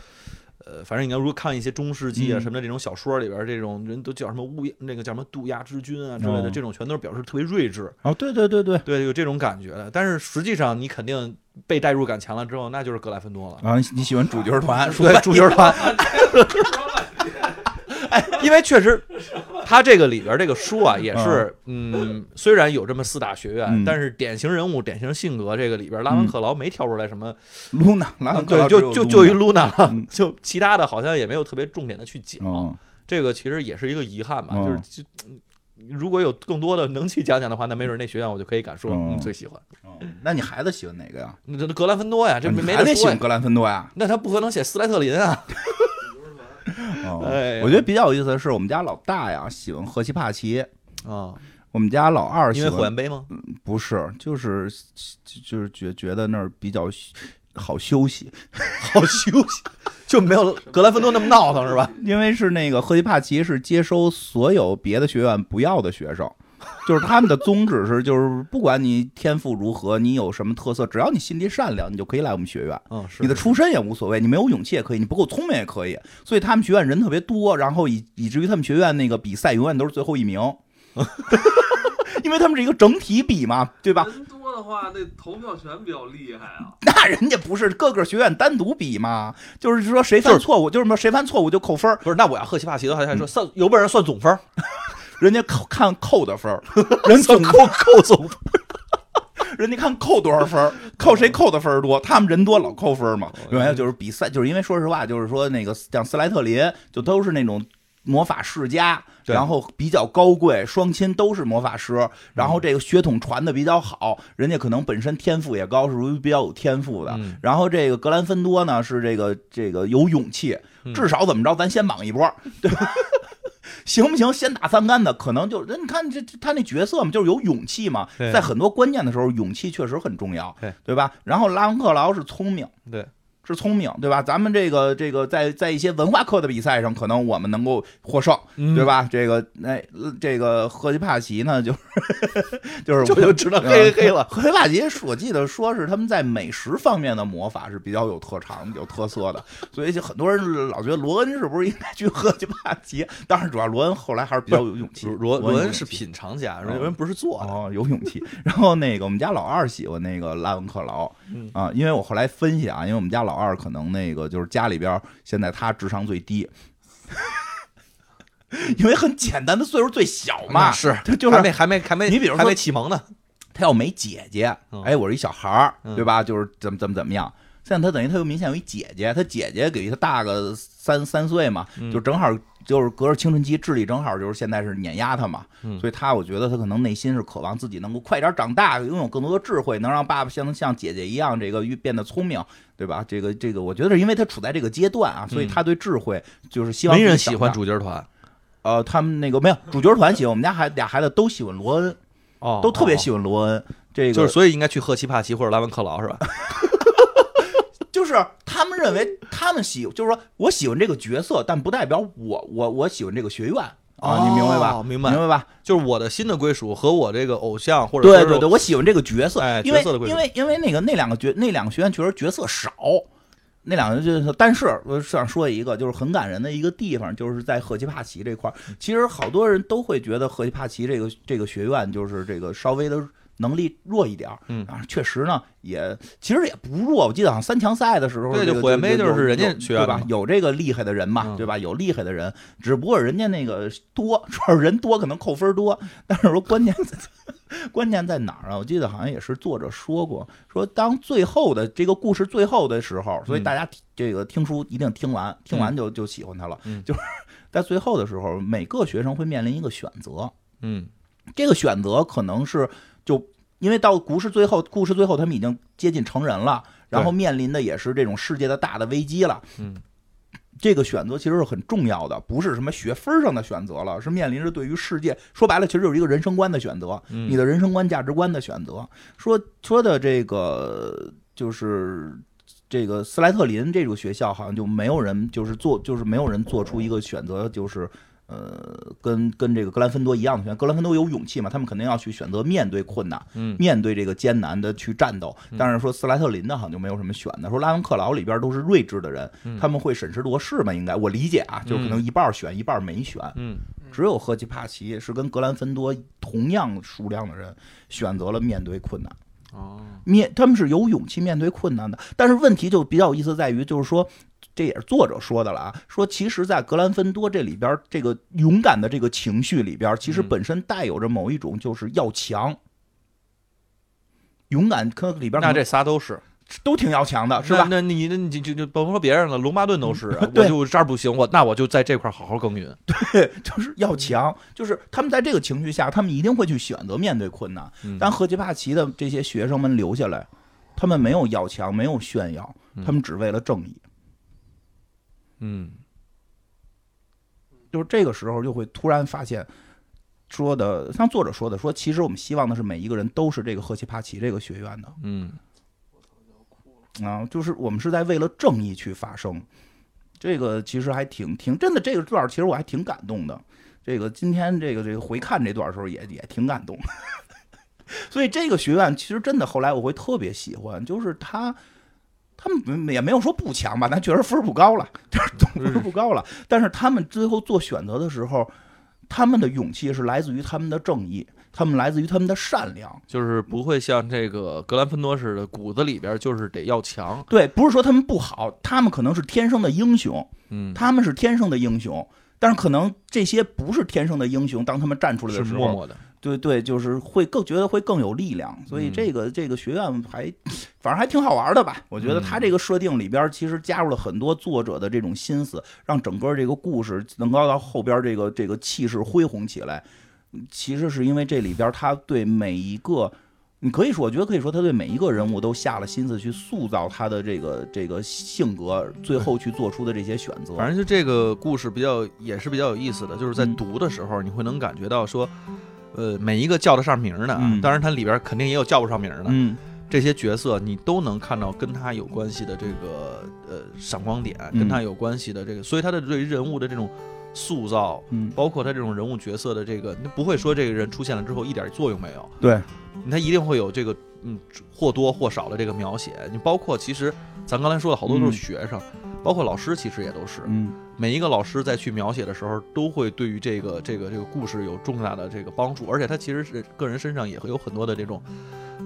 呃，反正你要如果看一些中世纪啊
嗯
什么的这种小说里边儿，这种人都叫什么乌鸦那个叫什么渡鸦之君啊之类
哦
的，这种全都是表示特别睿智，
哦，对对对对，
对，有这种感觉的。但是实际上，你肯定被代入感强了之后，那就是格莱芬多了。
然后啊你你喜欢主角 团，说
对，主角团，
说半天，
因为确实他这个里边这个书啊，也是，嗯，虽然有这么四大学院
嗯，
但是典型人物、典型性格这个里边，拉文克劳没挑出来什么，嗯
露娜，拉文克
对，
劳
就就就一 Luna，了
嗯
就其他的好像也没有特别重点的去讲，
嗯，
这个其实也是一个遗憾吧，
嗯
就是就。如果有更多的能去讲讲的话，那没准那学院我就可以敢说，
嗯
嗯，最喜欢
嗯那你孩子喜欢哪个呀？啊
那这格兰芬多呀，这没
你
没
还得喜
说
欢
呀。
格兰芬多 呀？
那他不可能写斯莱特林啊，
哦
哎呀
我觉得比较有意思的是，我们家老大呀喜欢赫奇帕奇，
啊，
我们家老二
因
喜
为火
欢
焰杯吗？
不是，就是就就是觉觉得那儿比较好休息，
好休息， 就没有格兰芬多那么闹腾是吧？
因为是那个赫奇帕奇是接收所有别的学院不要的学生， 就是他们的宗旨是，就是不管你天赋如何，你有什么特色，只要你心地善良，你就可以来我们学院。
嗯，是
你的出身也无所谓，你没有勇气也可以，你不够聪明也可以。所以他们学院人特别多，然后以以至于他们学院那个比赛永远都是最后一名，因为他们是一个整体比嘛，对吧？
人多的话，那投票权比较厉害啊。
那人家不是各个学院单独比嘛，就是说谁犯错误，就是说谁犯错误就扣分儿，
不是，那我要赫奇帕奇的话，他说算有本事算总分 儿，
人家扣看扣的分儿，人 总
扣扣总分
人家看扣多少分 儿，扣谁扣的分儿多，他们人多老扣分儿嘛。
哦
原来就是比赛，就是因为说实话，就是说那个像斯莱特林，就都是那种。魔法世家，
对
然后比较高贵，双亲都是魔法师，然
嗯
后这个血统传的比较好，人家可能本身天赋也高，是属于比较有天赋的。
嗯
然后这个格兰芬多呢，是这个这个有勇气，
嗯
至少怎么着，咱先莽一 波，对吧？ 行不行？先打三杆子，可能就人你看这这他那角色嘛，就是有勇气嘛，
对
在很多关键的时候，勇气确实很重要，
对
吧？然后拉文克劳是聪明，
对，
是聪明，对吧？咱们这个这个在在一些文化课的比赛上，可能我们能够获胜，
嗯
对吧？这个那、呃这个赫奇帕奇呢，就是 就是嗯
就就知道黑黑了。
赫奇帕奇是我记得说是他们在美食方面的魔法是比较有特长、有特色的， 所以就很多人老觉得罗恩是不是应该去赫奇帕奇？当然，主要罗恩后来还是比较有勇气。
罗
罗
罗
有
恩是
勇气
品尝家，
嗯
罗恩不是做的。
哦，有勇气。然后那个我们家老二喜欢那个拉文克劳
嗯
啊，因为我后来分析啊，因为我们家老二可能那个就是家里边儿现在他智商最低， 因为很简单，他岁数最小嘛，
那是
他就
还
是
没还没还没，
你比如说
还没启蒙呢，
他要没姐姐
嗯，
哎，我是一小孩儿，
嗯
对吧？就是怎么怎么怎么样。现在他等于他又明显有一姐姐，他姐姐给他大个三三岁嘛，
嗯
就正好就是隔着青春期，智力正好就是现在是碾压他嘛，
嗯
所以他我觉得他可能内心是渴望自己能够快点长大，拥有更多的智慧，能让爸爸像像姐姐一样这个越变得聪明，对吧？这个这个，我觉得是因为他处在这个阶段啊，所以他对智慧就是希望
没人
自己
喜
长
欢
大
主角团
呃，他们那个没有主角团喜欢，我们家孩俩孩子都喜欢罗恩，
哦
都特别喜
欢，
欢罗恩，这个
就是所以应该去赫奇帕奇或者拉文克劳是吧？
就是他们认为他们喜，就是说我喜欢这个角色，但不代表我我我喜欢这个学院 啊，你明白吧？
哦明
明
白，
白吧？
就是我的新的归属和我这个偶像或者
对
说是
对对，我喜欢这个角色，
哎
因为
角色的归属
因为因为那个那两个角那两个学院确实角色少，那两个就是，但是我想说一个，就是很感人的一个地方，就是在赫奇帕奇这块儿，其实好多人都会觉得赫奇帕奇这个这个学院就是这个稍微的。能力弱一点儿，
嗯
啊，确实呢，也其实也不弱。我记得好像三强赛的时候，
对
这
就
个
火焰杯
就
就
有
是人家
有
学院
对吧
嘛？
有这个厉害的人嘛，
嗯
对吧？有厉害的人，只不过人家那个多， 主要是人多可能扣分多，但是说关键关键在 哪儿啊？我记得好像也是作者说过，说当最后的这个故事最后的时候，所以
嗯
大家听这个听书一定听完，听完就就喜欢他了。
嗯
就是 在最后的时候，每个学生会面临一个选择，
嗯
这个选择可能是就因为到故事最后，故事最后他们已经接近成人了，然后面临的也是这种世界的大的危机了。
嗯，
这个选择其实是很重要的，不是什么学分上的选择了，是面临着对于世界，说白了其实就是一个人生观的选择，
嗯
你的人生观、价值观的选择。说说的这个就是。这个斯莱特林这种学校好像就没有人，就是做，就是没有人做出一个选择，就是呃，跟跟这个格兰芬多一样的选，格兰芬多有勇气嘛，他们肯定要去选择面对困难，
嗯
面对这个艰难的去战斗。但是说斯莱特林呢，好像就没有什么选的，说拉文克劳里边都是睿智的人，
嗯
他们会审时度势嘛，应该我理解啊，就可能一半儿选一半儿没选，
嗯
只有赫奇帕奇是跟格兰芬多同样数量的人选择了面对困难。
哦
面他们是有勇气面对困难的。但是问题就比较有意思在于，就是说这也是作者说的了啊，说其实，在格兰芬多这里边儿，这个勇敢的这个情绪里边儿，其实
嗯
本身带有着某一种就是要强。勇敢可里边儿
那
可
这
能
仨都是
都挺要强啊的，是吧？嗯
那那你那你就就就甭说别人了，龙巴顿都是啊，
对
我就这儿不行，我那我就在这块儿好好耕耘。
就是要
嗯
强，就是他们在这个情绪下，他们一定会去选择面对困难。
嗯
但赫奇帕奇的这些学生们留下来，他们没有要强，没有炫耀，
嗯
他们只为了正义。
嗯
就是这个时候就会突然发现，说的像作者说的，说其实我们希望的是每一个人都是这个赫奇帕奇这个学院的
嗯，
啊，就是我们是在为了正义去发声。这个其实还挺挺真的，这个段儿其实我还挺感动的。这个今天这个这个回看这段儿的时候 也也挺感动。所以这个学院其实真的后来我会特别喜欢，就是他。他们没也没有说不强吧，但确实分儿不高了，就是总分儿不高了。但是他们最后做选择的时候，他们的勇气是来自于他们的正义，他们来自于他们的善良。
就是不会像这个格兰芬多似的，骨子里边就是得要强。
对，不是说他们不好，他们可能是天生的英雄，
嗯，
他们是天生的英雄，但是可能这些不是天生的英雄，当他们站出来
是
的时
默
候，
默的。
对对，就是会更觉得会更有力量。所以
嗯
这个、这个学院还 反正还挺好玩的吧？我觉得
嗯
他这个设定里边其实加入了很多作者的这种心思，让整个这个故事能够到后边这个这个气势恢宏起来。嗯其实是因为这里边他对每一个。你可以说，我觉得可以说，他对每一个人物都下了心思去塑造他的这个这个性格，最后去做出的这些选择。
反正就这个故事比较也是比较有意思的，就是在
嗯
读的时候，你会能感觉到说，呃，每一个叫得上名儿的，啊
嗯，
当然它里边肯定也有叫不上名儿的，
嗯，
这些角色你都能看到跟他有关系的这个呃闪光点，
嗯
跟他有关系的这个，所以他的对于人物的这种塑造，
嗯，
包括他这种人物角色的这个，你不会说这个人出现了之后一点作用没有，
对，
他一定会有这个嗯或多或少的这个描写。你包括其实咱刚才说的好多都
嗯
是学生，包括老师其实也都是，
嗯，
每一个老师在去描写的时候，都会对于这个这个这个故事有重大的这个帮助，而且他其实是个人身上也会有很多的这种，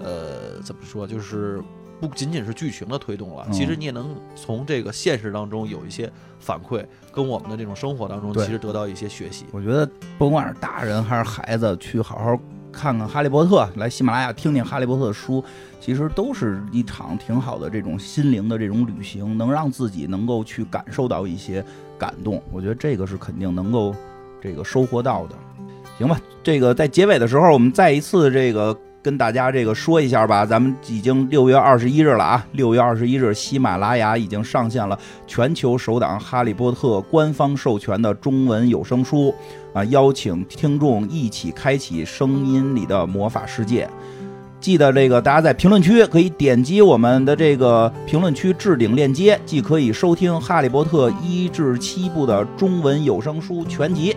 呃，怎么说，就是不仅仅是剧情的推动了，
嗯
其实你也能从这个现实当中有一些反馈，跟我们的这种生活当中
对
其实得到一些学习。
我觉得甭管是大人还是孩子，去好好看看《哈利波特》，来喜马拉雅听听《哈利波特》的书，其实都是一场挺好的这种心灵的这种旅行，能让自己能够去感受到一些感动。我觉得这个是肯定能够这个收获到的。行吧，这个在结尾的时候，我们再一次这个跟大家这个说一下吧。咱们已经六月二十一日了啊，六月二十一日，喜马拉雅已经上线了全球首档《哈利波特》官方授权的中文有声书啊，邀请听众一起开启声音里的魔法世界。记得这个，大家在评论区可以点击我们的这个评论区置顶链接，既可以收听《哈利波特》一至七部的中文有声书全集。